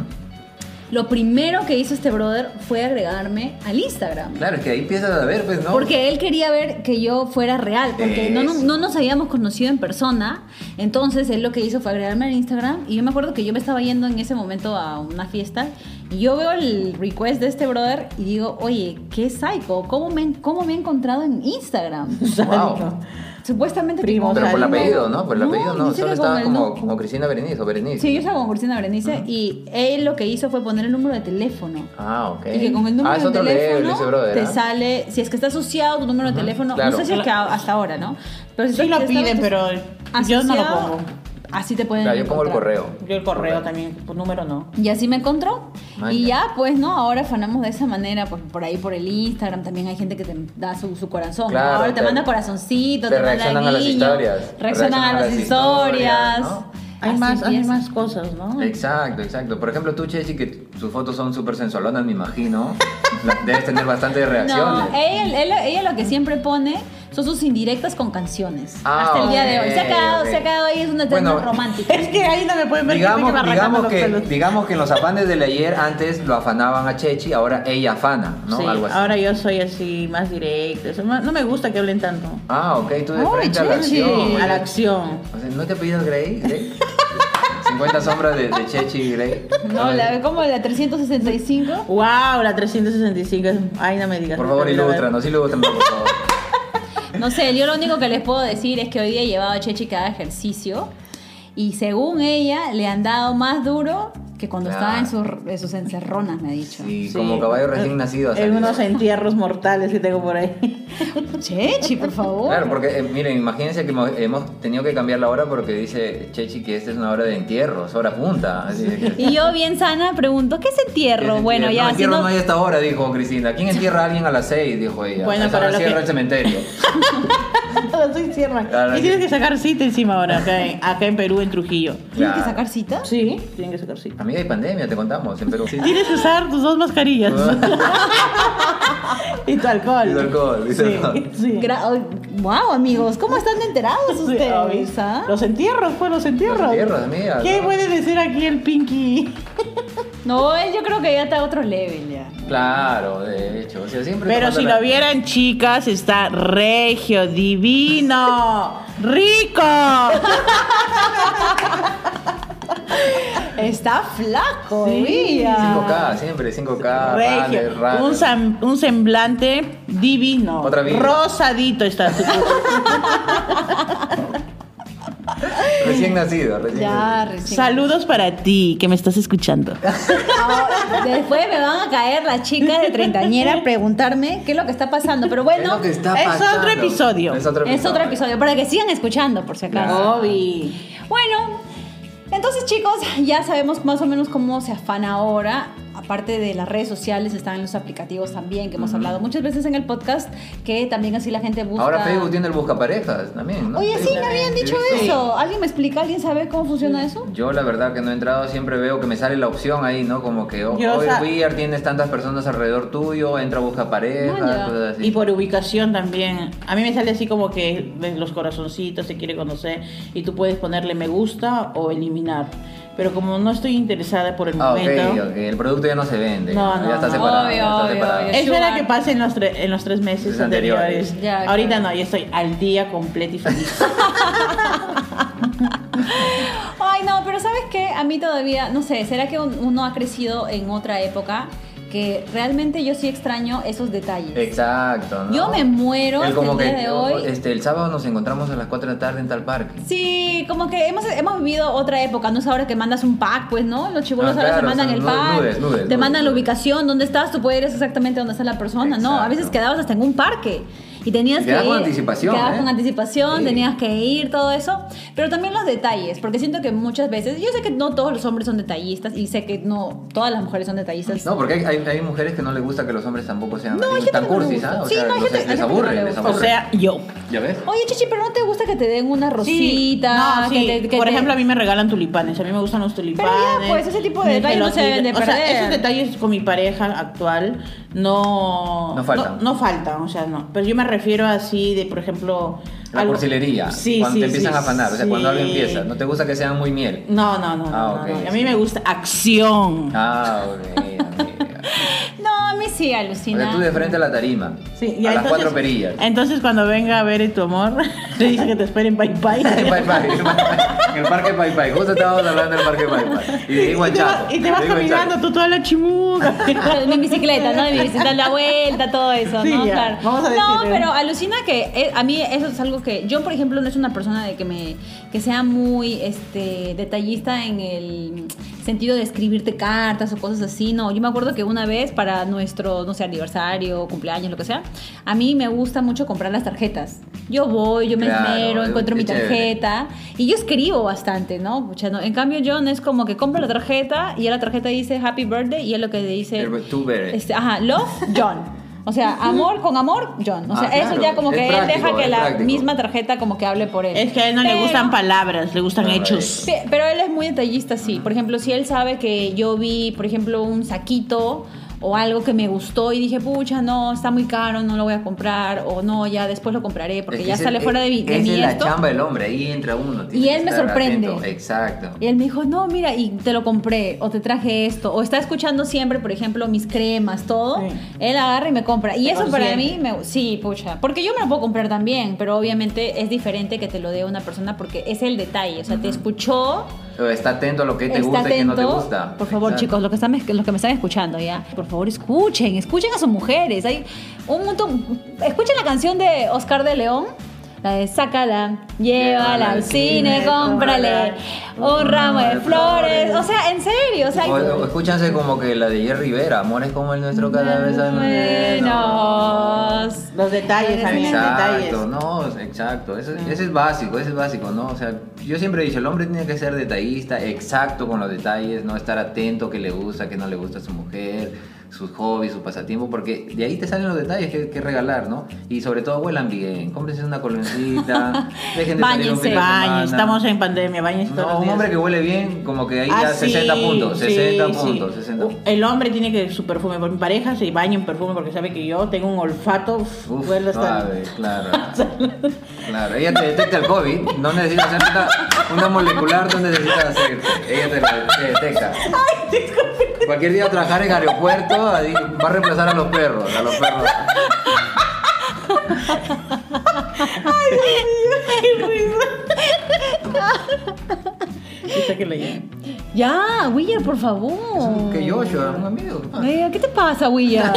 S1: Lo primero que hizo este brother fue agregarme al Instagram.
S2: Claro, es que ahí empiezas a ver, pues, ¿no?
S1: Porque él quería ver que yo fuera real, porque no, no-
S2: Eso.
S1: no nos habíamos conocido en persona. Entonces él lo que hizo fue agregarme al Instagram. Y yo me acuerdo que yo me estaba yendo en ese momento a una fiesta. Y yo veo el request de este brother y digo, oye, qué psycho, ¿cómo me, cómo me he encontrado en Instagram? *laughs*
S2: Wow.
S1: Supuestamente
S3: Primo,
S1: tipo,
S2: Pero por el
S3: Salimos.
S2: apellido, ¿no? Por el apellido no,
S1: yo sé
S2: solo
S1: que
S2: estaba
S1: con el
S2: como,
S1: no-
S2: como Cristina Berenice o Berenice.
S1: Sí, yo estaba con Cristina Berenice y él lo que hizo fue poner el número de teléfono.
S2: Ah, ok.
S1: Y que con el número
S2: ah, es
S1: de
S2: otro
S1: teléfono
S2: level ese brother,
S1: te
S2: ¿ah?
S1: sale, si es que está asociado tu número de teléfono,
S2: claro.
S1: no sé si es que a- hasta ahora, ¿no? Pero si
S3: Sí
S1: está-
S3: lo
S1: está
S3: piden, pero yo no lo
S1: asociado,
S3: pongo.
S1: Así te pueden
S2: Claro, yo pongo el
S1: encontrar.
S2: correo.
S3: Yo el correo también, por número no. *laughs*
S1: Y así me encontró.
S2: Maña.
S1: Y ya, pues, ¿no? Ahora fanamos de esa manera, pues, por ahí, por el Instagram. También hay gente que te da su, su corazón. ¿no?
S2: Claro,
S1: Ahora te,
S2: te-
S1: manda corazoncito, te,
S2: te
S1: manda
S2: reaccionan a las
S1: guiño,
S2: historias,
S1: Reaccionan a las historias.
S2: ¿no?
S3: Hay
S1: Así
S3: más, hay
S1: empieza.
S3: más cosas, ¿no?
S2: Exacto, exacto. Por ejemplo, tú, Chechi, que sus fotos son súper sensualonas, me imagino. la- Debes tener
S3: *laughs*
S2: bastantes reacciones.
S3: eh,
S1: No, él- él- ella lo que siempre pone son sus indirectas con canciones.
S2: Ah,
S1: hasta el día de
S2: ok,
S1: hoy. Se ha quedado,
S2: ok.
S1: se ha quedado ahí, es una eterna
S2: Bueno. *laughs*
S1: romántica.
S3: Es que ahí no me pueden ver que
S2: Digamos,
S3: estoy
S2: digamos,
S3: arrancando
S2: que,
S3: los pelos.
S2: digamos que en los afanes del ayer antes lo afanaban a Chechi, ahora ella afana, ¿no?
S3: Sí,
S2: Algo así.
S3: ahora yo soy así, más directa. eso, No no me gusta que hablen tanto.
S2: Ah, ok, tú de
S1: Ay,
S2: frente a la
S1: Chechi,
S2: acción.
S3: Sí,
S2: güey.
S3: a la acción.
S2: O sea, ¿no te pedías Grey? Grey? *laughs* 50 sombras de, de Chechi y Grey.
S1: No, la, como la 365.
S3: Wow, la 365. es- Ay, no me digas.
S2: Por favor, ilústranos, ilústranos, por
S3: *laughs*
S2: favor.
S1: No sé, yo lo único que les puedo decir es que hoy día he llevado a Chechi cada ejercicio. Y según ella, le han dado más duro que cuando
S2: Claro.
S1: estaba en sus, en sus encerronas, me ha dicho.
S2: Sí,
S3: Sí. Eh,
S2: como caballo recién nacido. ha
S3: En
S2: salido.
S3: unos entierros mortales que tengo por ahí.
S1: Chechi, por favor.
S2: Claro, porque eh, miren, imagínense que mo- hemos tenido que cambiar la hora porque dice Chechi que esta es una hora de entierro, es hora punta. Así
S3: *laughs*
S2: de que-
S1: Y yo, bien sana, pregunto: ¿qué es entierro? Bueno,
S2: no,
S1: ya, si
S2: entierro
S1: no-
S2: no hay a esta hora, dijo Cristina. ¿Quién entierra a alguien a las 6? Dijo ella.
S3: Bueno,
S2: Bueno,
S3: para
S2: para
S3: los *laughs*
S2: cierra
S3: que-
S2: el cementerio.
S3: *laughs* Las doy cierran.
S2: Claro,
S3: y tienes
S2: sí.
S3: que sacar cita encima ahora, acá en, acá en Perú, en Trujillo.
S1: ¿Tienes que
S2: Claro.
S1: sacar cita?
S3: Sí, tienen que sacar cita.
S2: Amiga, hay pandemia, te contamos, en Perú. *laughs*
S3: Tienes que usar tus dos mascarillas. *laughs* y tu alcohol.
S2: Ah. Y tu alcohol, y tu
S3: Sí,
S2: alcohol.
S3: sí.
S1: wow, amigos, ¿cómo están enterados
S3: Sí,
S1: ustedes?
S3: obvio.
S1: ah?
S3: Los entierros, pues los entierros.
S2: Los entierros, amiga,
S3: ¿Qué
S2: ¿no?
S3: puede decir aquí el Pinky?
S1: No, él yo creo que ya está a otro level ya.
S2: Claro, de hecho. O sea, siempre
S3: Pero
S2: tomando
S3: si
S2: la-
S3: lo vieran, chicas, está regio, divino, rico.
S2: Ah,
S1: Está flaco,
S3: Sí.
S1: mira.
S2: 5K, siempre, 5K.
S3: Regio.
S2: runner, runner.
S3: Un, sem- un semblante divino.
S2: Otra vida.
S3: Rosadito está su
S2: Recién nacido, recién
S1: Ya,
S2: nacido.
S1: recién.
S3: Saludos para ti, que me estás escuchando.
S1: Ahora, Después me van a caer las chicas de treintañera a preguntarme qué es lo que está pasando. Pero
S2: Es
S1: bueno,
S2: lo que está
S3: es otro
S2: pasando.
S3: episodio.
S2: Es otro episodio.
S1: es otro episodio para que sigan escuchando, por si acaso.
S2: Claro.
S3: Obi.
S1: Bueno, entonces chicos, ya sabemos más o menos cómo se afana ahora. Aparte de las redes sociales, están los aplicativos también, que hemos hablado muchas veces en el podcast, que también así la gente busca.
S2: Ahora Facebook tiene el buscaparejas también, ¿no?
S1: Oye, sí, me habían dicho
S2: Sí.
S1: eso. ¿Alguien me explica? ¿Alguien sabe cómo funciona eso?
S2: Yo la verdad que no he entrado, siempre veo que me sale la opción ahí, ¿no? Como que oh,
S3: Yo
S2: hoy
S3: sa-
S2: Weir tienes tantas personas alrededor tuyo, entra busca parejas,
S1: Vaya.
S2: cosas así.
S3: Y por ubicación también. A mí me sale así como que ves los corazoncitos, se quiere conocer y tú puedes ponerle me gusta o eliminar. Pero como no estoy interesada por el
S2: Ah, ok,
S3: momento...
S2: ok, el producto ya no se vende.
S3: No,
S2: ya
S3: no,
S2: está
S3: no.
S2: separado.
S1: Obvio,
S2: ya está
S1: obvio,
S2: separado.
S1: obvio.
S3: Espera
S1: Sure.
S3: que pase en los, tre- en los tres meses
S2: Los anteriores.
S3: anteriores.
S1: Ya,
S3: Ahorita
S1: claro.
S3: no, yo estoy al día completo y feliz.
S1: Ay, no, pero ¿sabes qué? A mí todavía, no sé, ¿será que un- uno ha crecido en otra época? Que realmente yo sí extraño esos detalles.
S2: Exacto. ¿no?
S1: Yo me muero
S2: El
S1: hasta el día de hoy.
S2: Este, el sábado nos encontramos a las 4 de la tarde en tal parque.
S1: Sí, como que hemos, hemos vivido otra época, no es ahora que mandas un pack, pues, ¿no? Los chibolos
S2: Ah,
S1: ahora
S2: claro,
S1: se mandan
S2: son
S1: el
S2: nudes,
S1: pack,
S2: nudes, nudes,
S1: te
S2: nudes,
S1: mandan la
S2: nudes.
S1: ubicación, dónde estás, tú puedes ir exactamente dónde está la persona, ¿no? A veces
S2: Exacto.
S1: quedabas hasta en un parque y tenías
S2: Y
S1: que ir.
S2: quedabas con anticipación,
S1: Quedabas
S2: ¿eh?
S1: con anticipación,
S2: Sí.
S1: tenías que ir, todo eso, pero también los detalles, porque siento que muchas veces, yo sé que no todos los hombres son detallistas y sé que no todas las mujeres son detallistas.
S2: No, porque hay, hay- hay mujeres que no les gusta que los hombres tampoco sean
S1: No, hay
S2: así,
S1: gente
S2: tan
S1: que no le
S2: cursis,
S1: gusta.
S2: ¿ah? O
S1: Sí,
S2: sea,
S1: no, hay
S2: los-
S1: gente- hay
S2: les
S1: gente que no
S2: aburre,
S1: le
S2: les
S1: gusta.
S2: aburre.
S3: *laughs* o sea, yo.
S2: ¿ya ves?
S1: Oye, Chichi, pero ¿no te gusta que te den una
S3: Sí,
S1: rosita?
S3: no,
S1: que
S3: sí.
S1: te- que
S3: Por
S1: te-
S3: ejemplo, a mí me regalan tulipanes. A mí me gustan los tulipanes.
S1: pues, ese tipo de
S3: Me
S1: detalles no se deben de
S3: o sea,
S1: perder.
S3: esos detalles con mi pareja actual no...
S2: No faltan.
S3: No, no faltan, o sea, no. Pero yo me refiero así de, por ejemplo...
S2: La
S3: algo-
S2: cursilería, cuando te empiezan a afanar, o sea, cuando algo
S3: sí.
S2: empieza, no te gusta que sean muy miel.
S3: No, no, no.
S2: Ah,
S3: no, no,
S2: ok,
S3: no. A mí
S2: sí.
S3: me gusta acción.
S2: Ah, ok, amiga.
S1: No, a mí *laughs* sí,
S2: O
S1: alucina.
S2: sea, tú de frente a la tarima,
S3: Sí,
S2: a
S3: ya,
S2: las cuatro perillas.
S1: *laughs*
S3: Entonces, cuando venga a ver tu amor, *laughs* le dice que te esperen bye
S2: *laughs*
S3: bye.
S2: En Pai Pai, en Pai Pai, en el parque Pai Pai, justo estábamos hablando del parque Pai Pai. Y de ahí
S3: Y te, va-
S2: Huanchaco.
S3: y te vas
S2: de ahí Huanchaco.
S3: caminando tú toda
S1: *laughs*
S3: la *laughs* chimuga.
S1: Claro, de mi bicicleta, ¿no? De mi bicicleta, la vuelta, todo eso,
S3: Sí,
S1: ¿no?
S3: ya.
S1: Claro.
S3: Vamos a
S1: no,
S3: decirle.
S1: pero alucina que eh, a mí eso es algo que yo, por ejemplo, no es una persona de que me que sea muy este detallista en el sentido de escribirte cartas o cosas así, no. Yo me acuerdo que una vez para nuestro, no sé, aniversario, cumpleaños, lo que sea, a mí me gusta mucho comprar las tarjetas. Yo voy, yo me
S2: Claro,
S1: esmero,
S2: es-
S1: encuentro mi
S2: es chévere.
S1: tarjeta tarjeta, y yo escribo bastante, ¿no? Pucha, ¿no? En cambio, John es como que compra la tarjeta y en la tarjeta dice Happy Birthday y él lo que dice.
S2: El- tú veré.
S1: este, ajá, Love, John. O
S2: *laughs*
S1: sea, amor con amor, John. O
S2: Ah,
S1: sea, eso
S2: claro,
S1: ya como
S2: es
S1: que él
S2: práctico,
S1: deja que
S2: es
S1: la
S2: práctico.
S1: misma tarjeta como que hable por él.
S3: Es que a él no le
S1: Pero-
S3: gustan palabras, le gustan
S2: No,
S3: hechos.
S1: Pe- Pero él es muy detallista, sí. Por ejemplo, si él sabe que yo vi, por ejemplo, un saquito o algo que me gustó y dije, pucha, no, está muy caro, no lo voy a comprar, o no, ya después lo compraré porque
S2: Es que
S1: ya
S2: ese-
S1: sale fuera de mi, de
S2: esa
S1: mi
S2: es la
S1: esto.
S2: chamba del hombre, ahí entra uno. tiene
S1: Y
S2: que
S1: él me
S2: estar
S1: sorprende.
S2: atento. Exacto.
S1: Y él me dijo, no, mira, y te lo compré, o te traje esto, o está escuchando siempre, por ejemplo, mis cremas, todo.
S3: Sí.
S1: Él agarra y me compra. Y
S3: Te
S1: eso para mí,
S3: consiente.
S1: me, sí, pucha. Porque yo me lo puedo comprar también, pero obviamente es diferente que te lo dé una persona porque es el detalle. O sea, te escuchó,
S2: O Está atento a lo que te
S1: está
S2: gusta y que no
S1: atento.
S2: te gusta.
S1: Por favor,
S2: Exacto.
S1: chicos, los que, están, los que me están escuchando ya, por favor, escuchen, escuchen a sus mujeres. Hay un montón. Escuchen la canción de Oscar de León. La de sácala, llévala al cine, cómprale un ramo de flores. O sea, en serio, o sea,
S2: O, o escúchanse como que la de Jerry Rivera, amores como el nuestro cada vez al menos.
S1: menos.
S3: Los detalles, también detalles.
S2: Exacto, no, exacto, eso, ese es básico, ese es básico, ¿no? O sea, yo siempre he dicho, el hombre tiene que ser detallista, exacto con los detalles, no estar atento, que le gusta, que no le gusta a su mujer, sus hobbies, sus pasatiempos, porque de ahí te salen los detalles que, que regalar, ¿no? Y sobre todo vuelan bien, cómprense una
S3: *laughs*
S2: coloncita, dejen de salir un fin
S3: Báñense,
S2: de semana.
S3: bañen, estamos en pandemia, bañense
S2: No,
S3: todos los
S2: un
S3: días.
S2: hombre que huele bien, como que ahí ya
S3: Ah, sí,
S2: 60 puntos,
S3: sí,
S2: 60
S3: sí.
S2: puntos, 60
S3: Uh, El hombre tiene que su perfume. Por mi pareja se baña en perfume porque sabe que yo tengo un olfato. uf,
S2: Uf,
S3: huele hasta-
S1: *laughs*
S2: suave, claro. claro, ella te detecta el COVID, no necesitas hacer una, una molecular, no necesitas hacerte. Ella te, la- te detecta. Cualquier día trabajar en aeropuerto ahí va a reemplazar a los perros, a los perros.
S3: Está que le llegan.
S1: *laughs* Ya, Willa, por
S2: Es un
S1: favor.
S2: Que Joshua, un amigo.
S1: Eh, ¿Qué te pasa,
S2: *laughs*
S1: Willa?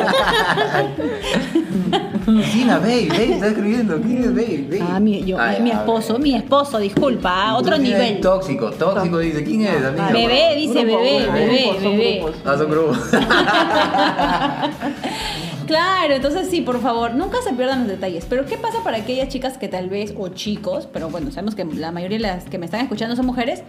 S2: Gina, babe, babe, está escribiendo. ¿Quién es babe? babe?
S1: ah, mi, yo-
S2: Ay,
S1: mi
S2: a
S1: esposo,
S2: ver.
S1: mi esposo, disculpa, ah, otro
S2: Mira,
S1: nivel.
S2: Tóxico, tóxico, dice. ¿Quién es, amiga?
S1: Bebé, dice
S3: Grupo,
S1: bebé,
S3: grupo,
S1: bebé,
S3: grupos, son
S1: bebé.
S3: grupos.
S2: Ah, son grupos.
S1: Claro, entonces sí, por favor, nunca se pierdan los detalles. Pero ¿qué pasa para aquellas chicas que tal vez, o chicos, pero bueno, sabemos que la mayoría de las que me están escuchando son mujeres,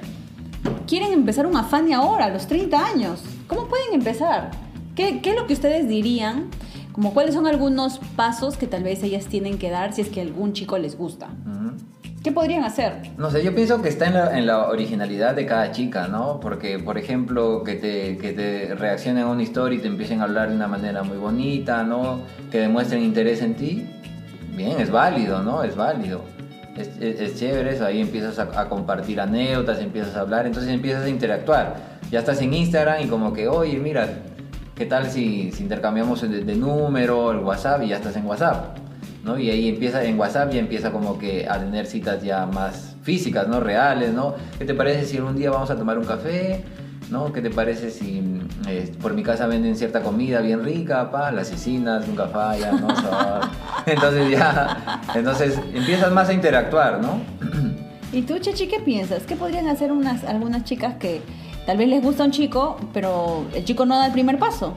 S1: quieren empezar un afán de ahora, a los 30 años? ¿Cómo pueden empezar? ¿Qué, qué es lo que ustedes dirían? Como cuáles son algunos pasos que tal vez ellas tienen que dar si es que algún chico les gusta.
S2: Ujú.
S1: ¿Qué podrían hacer?
S2: No sé, yo pienso que está en la, en la originalidad de cada chica, ¿no? Porque, por ejemplo, que te, que te reaccionen a una historia y te empiecen a hablar de una manera muy bonita, ¿no? Que demuestren interés en ti. Bien, es válido, ¿no? Es válido. Es, es- es chévere eso, ahí empiezas a, a compartir anécdotas, empiezas a hablar, entonces empiezas a interactuar. Ya estás en Instagram y como que, oye, mira, ¿qué tal si, si intercambiamos de, de número, el WhatsApp y ya estás en WhatsApp? ¿no? Y ahí empieza en WhatsApp ya empieza como que a tener citas ya más físicas, ¿no? Reales, ¿no? ¿Qué te parece si un día vamos a tomar un café? ¿No? ¿Qué te parece si mm, eh, por mi casa venden cierta comida bien rica, pa? Las cecinas nunca fallan, ¿no?
S3: *laughs*
S2: Sabor. Entonces ya, entonces empiezas más a interactuar, ¿no?
S1: ¿Y tú, Chachi, qué piensas? ¿Qué podrían hacer unas, algunas chicas que tal vez les gusta un chico, pero el chico no da el primer paso?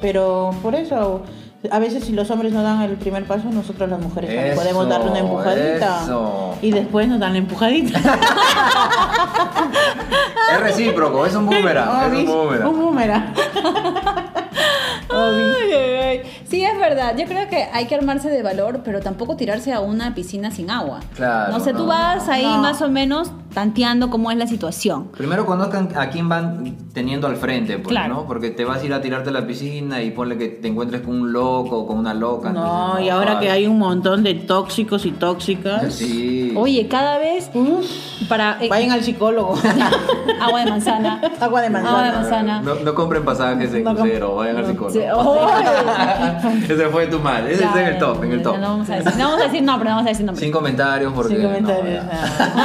S3: Pero por eso, a veces si los hombres no dan el primer paso, nosotros las mujeres también
S2: Eso,
S3: podemos darle una empujadita.
S2: eso.
S3: Y después nos dan la *laughs* empujadita.
S2: Es recíproco, es un boomerang, es un
S3: *laughs* Obis, un
S2: boomerang.
S3: *laughs* boomerang. Obis.
S1: Ay, ay, ay. Sí, es verdad. Yo creo que hay que armarse de valor, pero tampoco tirarse a una piscina sin agua.
S2: Claro,
S1: No sé, tú
S2: no,
S1: vas ahí
S3: No.
S1: más o menos tanteando cómo es la situación.
S2: Primero conozcan a quién van teniendo al frente, pues,
S1: Claro.
S2: ¿no? Porque te vas a ir a tirarte a la piscina y ponle que te encuentres con un loco o con una loca.
S3: No,
S2: entonces,
S3: y ahora que
S2: vale.
S3: hay un montón de tóxicos y tóxicas,
S2: Sí.
S1: Oye, cada vez para eh,
S3: vayan al psicólogo.
S1: *laughs*
S3: Ah,
S1: agua de manzana.
S3: Agua de
S1: Agua de
S3: manzana.
S1: manzana.
S2: No, no compren pasajes en
S3: No comp-
S2: crucero, vayan al psicólogo.
S1: Sí, ¡ay!
S2: *laughs* Ese fue tu mal, ese
S1: Ya,
S2: es en el top, en el
S1: ya,
S2: top.
S1: No vamos a decir, no vamos a decir nombre, no vamos a decir nombre.
S2: Sin comentarios porque...
S3: Sin
S2: no,
S3: comentarios.
S2: ya. *laughs*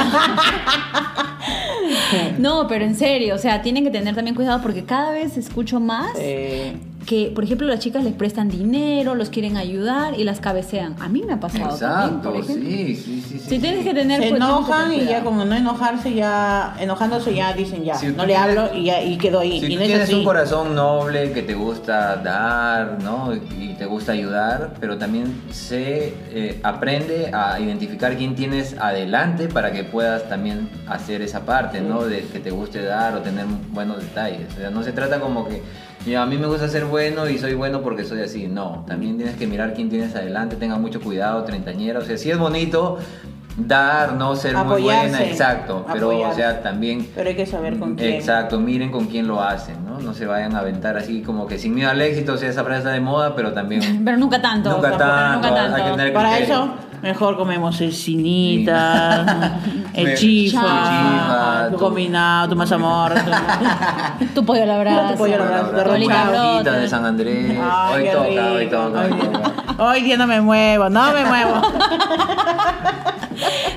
S3: nada.
S1: No, pero en serio, o sea, tienen que tener también cuidado porque cada vez escucho más
S3: Eh,
S1: que, por ejemplo, las chicas les prestan dinero, los quieren ayudar y las cabecean. A mí me ha pasado. también, por
S2: Exacto,
S1: ejemplo.
S2: sí, sí, sí.
S1: Si
S2: sí,
S1: tienes
S2: sí.
S1: que tener pues,
S3: se
S1: cu- tienes que
S3: enojan
S1: tener
S3: y ya
S1: cuidado.
S3: como no enojarse ya enojándose ya dicen ya
S2: Si
S3: no
S2: tú
S3: le
S2: tienes-
S3: hablo y ya y quedo ahí
S2: Si
S3: y
S2: tú
S3: no es
S2: tienes
S3: así.
S2: un corazón noble que te gusta dar, ¿no? Y te gusta ayudar, pero también se eh, aprende a identificar quién tienes adelante para que puedas también hacer esa parte, ¿no? De que te guste dar o tener buenos detalles. O sea, no se trata como que "Mira, a mí me gusta ser bueno y soy bueno porque soy así. No, también tienes que mirar quién tienes adelante, tenga mucho cuidado, treintañera. O sea, sí es bonito dar, no ser muy buena,
S3: Apoyarse.
S2: exacto. Pero, o
S3: Apoyarse.
S2: sea, también
S3: pero hay que saber con quién
S2: Exacto, miren con quién lo hacen, ¿no? No se vayan a aventar así como que sin miedo al éxito, o sea, esa frase está de moda, pero
S3: *laughs*
S2: también *laughs*
S1: Pero nunca tanto.
S2: Nunca
S1: tampoco, nunca
S2: tanto, hay que
S1: tanto.
S2: tener-
S3: para
S2: criterio.
S3: eso mejor comemos cecinitas
S2: Me-
S3: el
S2: chifa,
S3: chifa tu
S2: tu-
S3: combinado tu mazamorra
S1: Tu pollo a la brasa.
S3: Tu pollo a la brasa,
S1: tu bolita
S3: arroz,
S1: brota.
S2: Cajita de San Andrés,
S3: Ay,
S2: hoy
S3: qué
S2: toca, hoy
S3: rico.
S2: toca, hoy
S3: Hoy-
S2: toca.
S3: hoy día no me muevo no me muevo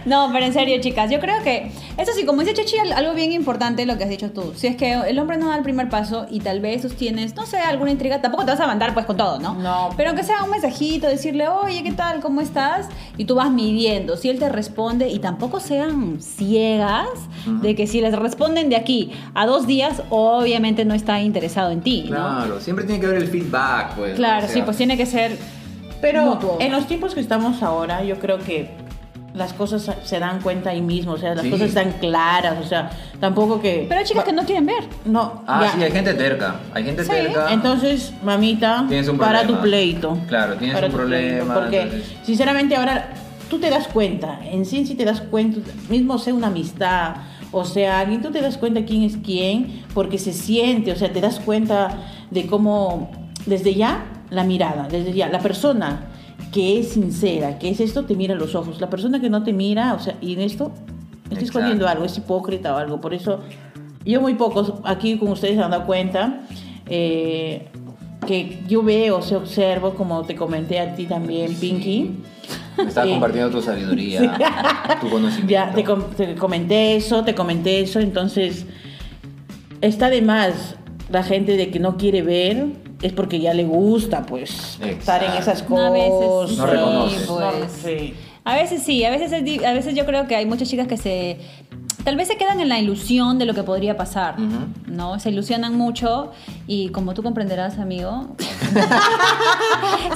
S1: No, pero en serio, chicas, yo creo que eso sí, como dice Chechi, al- algo bien importante lo que has dicho tú. Si es que el hombre no da el primer paso y tal vez sostienes, no sé, alguna intriga, tampoco te vas a mandar pues con todo, ¿no?
S3: No.
S1: Pero aunque sea un mensajito, decirle, oye, ¿qué tal? ¿Cómo estás? Y tú vas midiendo. Si él te responde y tampoco sean ciegas de que si les responden de aquí a dos días, obviamente no está interesado en ti, ¿no?
S2: Claro, siempre tiene que haber el feedback, pues.
S1: Claro,
S2: o sea,
S1: sí, pues tiene que ser
S3: Pero
S1: Mutuo.
S3: en los tiempos que estamos ahora, yo creo que las cosas se dan cuenta ahí mismo, o sea, las
S2: Sí.
S3: cosas están claras, o sea, tampoco que...
S1: Pero hay chicas que no quieren ver.
S3: No,
S2: Ah,
S3: ya.
S2: sí, hay gente terca. Hay gente
S1: Sí.
S2: terca.
S3: Entonces, mamita,
S2: Tienes un
S3: para
S2: problema.
S3: tu pleito.
S2: Claro, tienes
S3: Para
S2: un
S3: tu pleito,
S2: problema,
S3: Porque,
S2: entonces-
S3: sinceramente, ahora tú te das cuenta, en sí, si te das cuenta, mismo sea una amistad, o sea, alguien, tú te das cuenta quién es quién, porque se siente, o sea, te das cuenta de cómo, desde ya, la mirada, desde ya, la persona que es sincera, que es esto, te mira a los ojos. La persona que no te mira, o sea, y en esto, está
S2: Exacto.
S3: escondiendo algo, es hipócrita o algo. Por eso, yo muy pocos aquí con ustedes se han dado cuenta eh, que yo veo, se observo, como te comenté a ti también, Pinky.
S2: Me estás
S3: *laughs* Sí.
S2: compartiendo tu sabiduría, tu conocimiento.
S3: Ya te, com- te comenté eso, te comenté eso, entonces está de más la gente de que no quiere ver. Es porque ya le gusta, pues, estar en
S2: Exacto.
S3: esas
S1: No, a veces
S3: cosas.
S2: No reconoce.
S1: pues.
S3: No, sí.
S1: A veces sí, a veces, es di- a veces yo creo que hay muchas chicas que se... Tal vez se quedan en la ilusión de lo que podría pasar,
S2: Ujú.
S1: ¿no? Se ilusionan mucho y como tú comprenderás, amigo,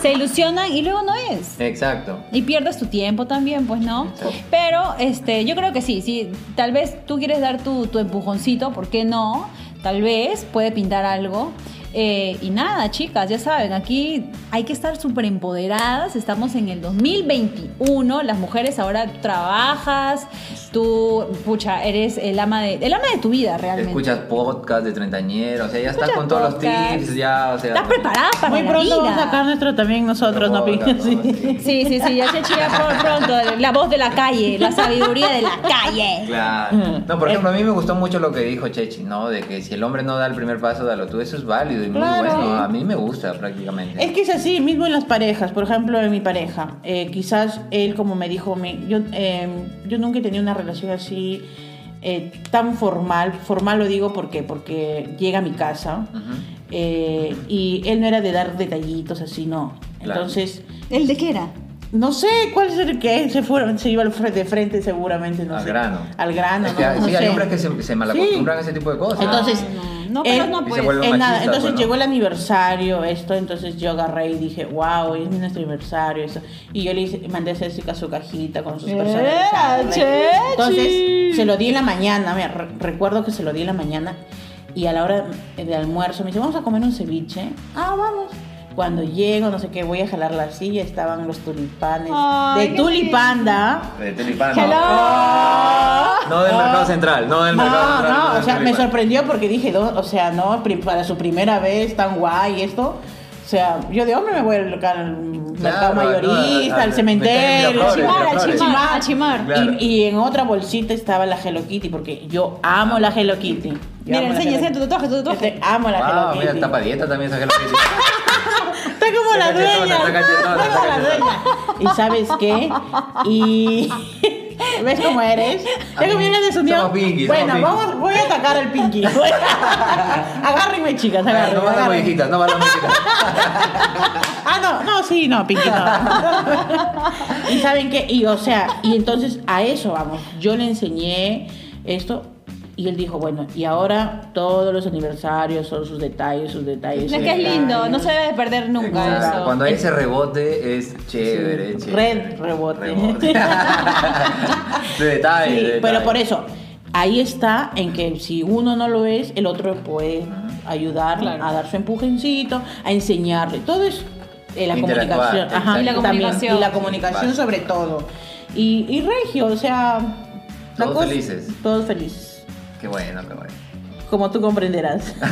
S1: se ilusionan y luego no es.
S2: Exacto.
S1: Y pierdes tu tiempo también, pues no.
S2: Exacto.
S1: Pero este, yo creo que sí, sí, tal vez tú quieres dar tu, tu empujoncito, ¿por qué no? Tal vez puede pintar algo. Eh, y nada, chicas, ya saben, aquí hay que estar súper empoderadas. Estamos en el 2021, las mujeres ahora trabajas, tú, pucha, eres el ama de, el ama de tu vida realmente.
S2: Escuchas podcast de treintañeros, o sea, ya estás
S1: Escuchas
S2: con todos
S1: podcast.
S2: los tips, ya, o sea.
S1: Estás preparada para
S3: Muy
S1: la
S3: pronto vamos
S1: vida.
S3: a sacar nuestro también nosotros, ¿no,
S2: Pero,
S3: Pinky? *laughs* Sí.
S2: claro, sí.
S1: Sí, sí, sí, ya se chía por pronto. La voz de la calle, la sabiduría de la calle.
S2: Claro.
S3: Mm.
S2: No, por ejemplo, a mí me gustó mucho lo que dijo Chechi, ¿no? De que si el hombre no da el primer paso, dalo tú. Eso es válido y muy
S3: Claro.
S2: bueno. A mí me gusta prácticamente.
S3: Es que es así, mismo en las parejas. Por ejemplo, en mi pareja. eh, quizás él, como me dijo, me- yo, eh, yo nunca he tenido una relación así eh, tan formal. Formal lo digo porque, porque llega a mi casa
S2: Ujú.
S3: eh, y él no era de dar detallitos así, no.
S2: Claro.
S3: Entonces,
S1: ¿El de qué era?
S3: no sé cuál es el que se, fueron, se iba al fre- de frente seguramente, no
S2: Al
S3: sé.
S2: grano.
S3: Al grano,
S2: Es que,
S3: no- no
S2: sí, hay
S3: sé.
S2: hombres que se, se malacostumbran a ese tipo de cosas.
S3: Entonces,
S1: Ay, no. No, pero
S3: eh,
S1: no,
S2: y se
S1: pues.
S2: vuelve- Fue
S3: En nada,
S2: machista,
S3: entonces
S2: pues, ¿no?
S3: llegó el aniversario, esto, entonces yo agarré y dije, wow, hoy es nuestro aniversario, eso. Y yo le hice- mandé a hacer su, su cajita con sus
S1: Eh,
S3: personas.
S1: Chechi.
S3: Entonces, se lo di en la mañana, me re- recuerdo que se lo di en la mañana. Y a la hora de almuerzo me dice, vamos a comer un ceviche. Ah, vamos. Cuando llego, no sé qué, voy a jalar la silla, estaban los tulipanes.
S1: Ay,
S3: de
S1: qué
S3: tulipanda.
S2: De tulipán,
S1: Hello.
S2: No, No del
S3: Oh.
S2: mercado central, no del
S3: No,
S2: mercado central.
S3: no, o
S2: del
S3: sea, me
S2: tulipán.
S3: sorprendió porque dije, no, o sea, no, pri- para su primera vez tan guay esto. O sea, yo de hombre me voy al local, al mercado
S2: no,
S3: mayorista,
S2: al-
S3: al
S2: al cementerio,
S3: cementerio,
S2: flores,
S1: Chimar, a
S2: flores.
S1: chimar, a chimar.
S2: Claro.
S3: Y, y en otra bolsita estaba la Hello Kitty, porque yo amo la Hello Kitty. Yo
S1: Mira,
S3: amo la
S1: enseña, enseña
S3: Hello
S1: tu
S3: Kitty.
S1: tatuaje, tu
S3: Yo
S1: tatuaje.
S3: te amo la
S2: Ah,
S3: Hello
S2: mira,
S3: Kitty.
S2: tapa dieta también
S3: *laughs*
S2: esa Hello Kitty.
S3: Está como la
S2: Está cachetona,
S3: dueña.
S2: está cachetona,
S3: Está como
S2: está
S3: la dueña. ¿Y sabes qué?
S2: *laughs*
S3: Y. ¿Ves cómo eres? Tengo bien la desunión.
S2: Somos pinky, somos
S3: bueno,
S2: pinky.
S3: vamos, voy a atacar
S2: *laughs*
S3: al pinky. agárrenme, chicas, agárrenme.
S2: No van las
S3: agárrenme.
S2: mollejitas, no van las
S3: *laughs*
S2: mollejitas.
S3: Ah, no, no, sí, no,
S2: *laughs*
S3: pinky, no. y saben qué, y o sea, y entonces a eso vamos. Yo le enseñé esto. Y él dijo, bueno, y ahora todos los aniversarios son sus detalles, sus detalles.
S1: Es
S3: sus
S1: que es lindo,
S3: detalles.
S1: no se debe perder nunca
S2: Exacto.
S1: eso.
S2: Cuando hay ese rebote es chévere,
S3: Sí.
S2: es chévere.
S3: Red rebote.
S2: *laughs*
S3: *laughs*
S2: de detalle,
S3: Sí,
S2: de
S3: pero por
S2: detalle.
S3: eso, ahí está en que si uno no lo es, el otro puede ayudar
S1: Claro.
S3: a dar su empujencito, a enseñarle. Todo es eh, la
S2: Interactuar,
S3: comunicación.
S2: exacto.
S1: Y la
S3: también,
S1: comunicación.
S3: y la comunicación
S2: Sí,
S3: sobre todo. Y, y Regio, o sea... la
S2: Todos felices.
S3: Todos felices.
S2: Qué bueno, qué bueno.
S3: Como tú comprenderás. *laughs*
S1: To-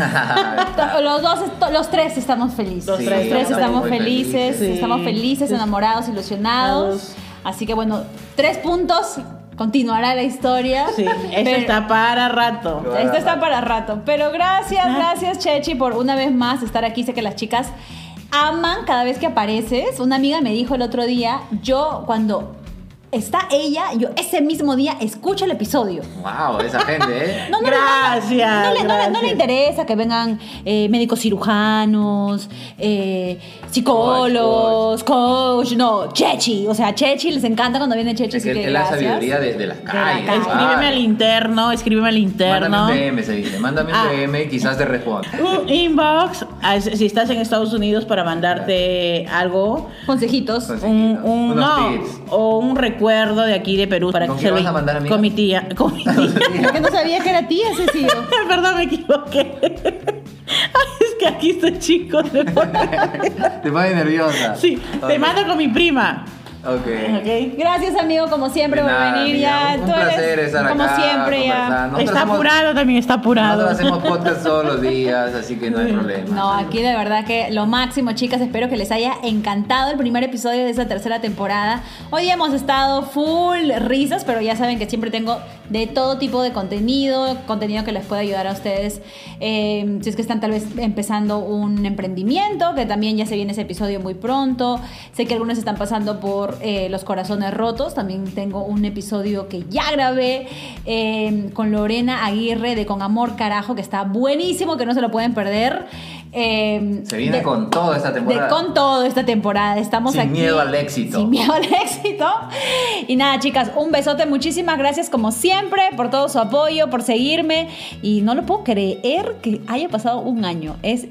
S1: Los dos, to- los tres estamos felices.
S3: Los
S1: Los
S3: Sí,
S1: tres, estamos
S2: estamos muy
S1: felices,
S3: felices.
S1: estamos felices,
S3: Sí.
S1: enamorados, ilusionados.
S3: Todos.
S1: Así que bueno, tres puntos. Continuará la historia.
S3: Sí, eso
S1: Pero-
S3: está para rato.
S1: Esto está para rato. Pero gracias,
S3: Ah.
S1: gracias, Chechi, por una vez más estar aquí. Sé que las chicas aman cada vez que apareces. Una amiga me dijo el otro día, yo cuando está ella, yo ese mismo día escucho el episodio.
S2: Wow, esa gente, ¿eh?
S1: *laughs* No, no, no, no,
S3: Gracias,
S1: No, le, no le- no le
S3: gracias.
S1: interesa que vengan eh, médicos cirujanos, eh, psicólogos, coach, No, Chechi. O sea, Chechi les encanta cuando viene Chechi.
S2: Es
S1: así
S2: que
S1: que
S2: es la
S1: gracias.
S2: sabiduría de, de las calles. Ah,
S1: calle.
S2: vale.
S3: Escríbeme al interno, escríbeme al interno.
S2: Mándame un DM, se dice. Mándame un
S3: Ah.
S2: DM y quizás te responda.
S3: Un inbox a- si estás en Estados Unidos para mandarte algo,
S1: Consejitos.
S2: Consejitos.
S3: un, un-
S2: Unos
S3: no,
S2: tips.
S3: o un recuerdo de aquí de Perú para
S2: ¿Con
S3: que
S2: quién
S3: se
S2: vas a mandar, amiga?
S3: con mi tía, *laughs* con mi tía.
S2: *laughs*
S4: Porque no sabía que era tía, Cecilio.
S3: Perdón, me equivoqué. Ay, es que aquí estoy chico. te pone-
S2: *laughs* Te pones nerviosa.
S3: Sí, te
S2: Ok.
S3: mando con mi prima.
S2: Ok.
S3: ¿ok?
S1: Gracias, amigo, como siempre,
S2: De
S1: por
S2: nada,
S1: venir
S2: amiga.
S1: ya.
S2: Un
S1: Tú
S2: placer
S1: eres,
S2: estar
S1: como
S2: acá,
S1: siempre, ya.
S2: conversando. Nosotros
S3: está
S2: Ah, somos-
S3: apurado también, está apurado.
S2: Nosotros hacemos podcast todos los días, así que no hay problema.
S1: No, aquí de verdad que lo máximo, chicas. Espero que les haya encantado el primer episodio de esta tercera temporada. Hoy hemos estado full risas, pero ya saben que siempre tengo de todo tipo de contenido, contenido que les pueda ayudar a ustedes. eh, si es que están tal vez empezando un emprendimiento, que también ya se viene ese episodio muy pronto. Sé que algunos están pasando por eh, los corazones rotos. También tengo un episodio que ya grabé eh, con Lorena Aguirre de Con Amor Carajo, que está buenísimo, que no se lo pueden perder. Eh,
S2: Se viene
S1: de-
S2: con todo esta temporada.
S1: de con todo esta temporada. Estamos
S2: Sin
S1: aquí.
S2: miedo al éxito.
S1: Sin miedo al éxito. Y nada, chicas, un besote. Muchísimas gracias, como siempre, por todo su apoyo, por seguirme. Y no lo puedo creer que haya pasado un año. Es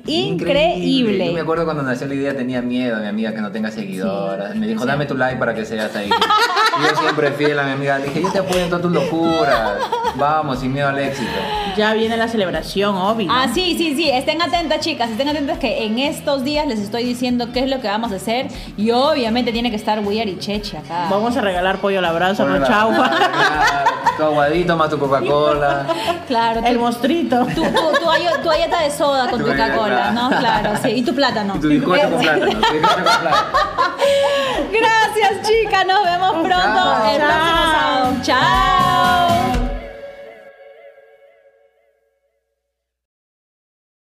S1: increíble.
S2: Yo me acuerdo cuando nació la idea tenía miedo a mi amiga que no tenga seguidoras.
S1: Sí.
S2: Me dijo, dame tu like para que seas ahí. Y yo siempre fiel a mi amiga. Le dije, yo te apoyo en todas tus locuras. Vamos, sin miedo al éxito.
S3: Ya viene la celebración, obvio.
S1: Ah, sí, sí, sí. Estén atentas, chicas. Estén atentas que en estos días les estoy diciendo qué es lo que vamos a hacer. Y obviamente tiene que estar Weir y Cheche acá.
S3: Vamos a regalar pollo a la brasa,
S2: Ponle la-
S3: mochagua,
S2: Tu aguadito, más tu Coca-Cola.
S1: Claro,
S3: *laughs* el
S1: tú-
S3: mostrito.
S1: tu, tu- tu gallo- tu galleta de soda con
S2: Tu
S1: tu Coca-Cola,
S2: galleta.
S1: ¿no? Claro, sí. Y tu plátano.
S2: Y tu bizcocho con plátano. tu bizcocho con plátano.
S1: Gracias, chicas. Nos vemos pronto el próximo sábado.
S3: Chao.
S1: Chao.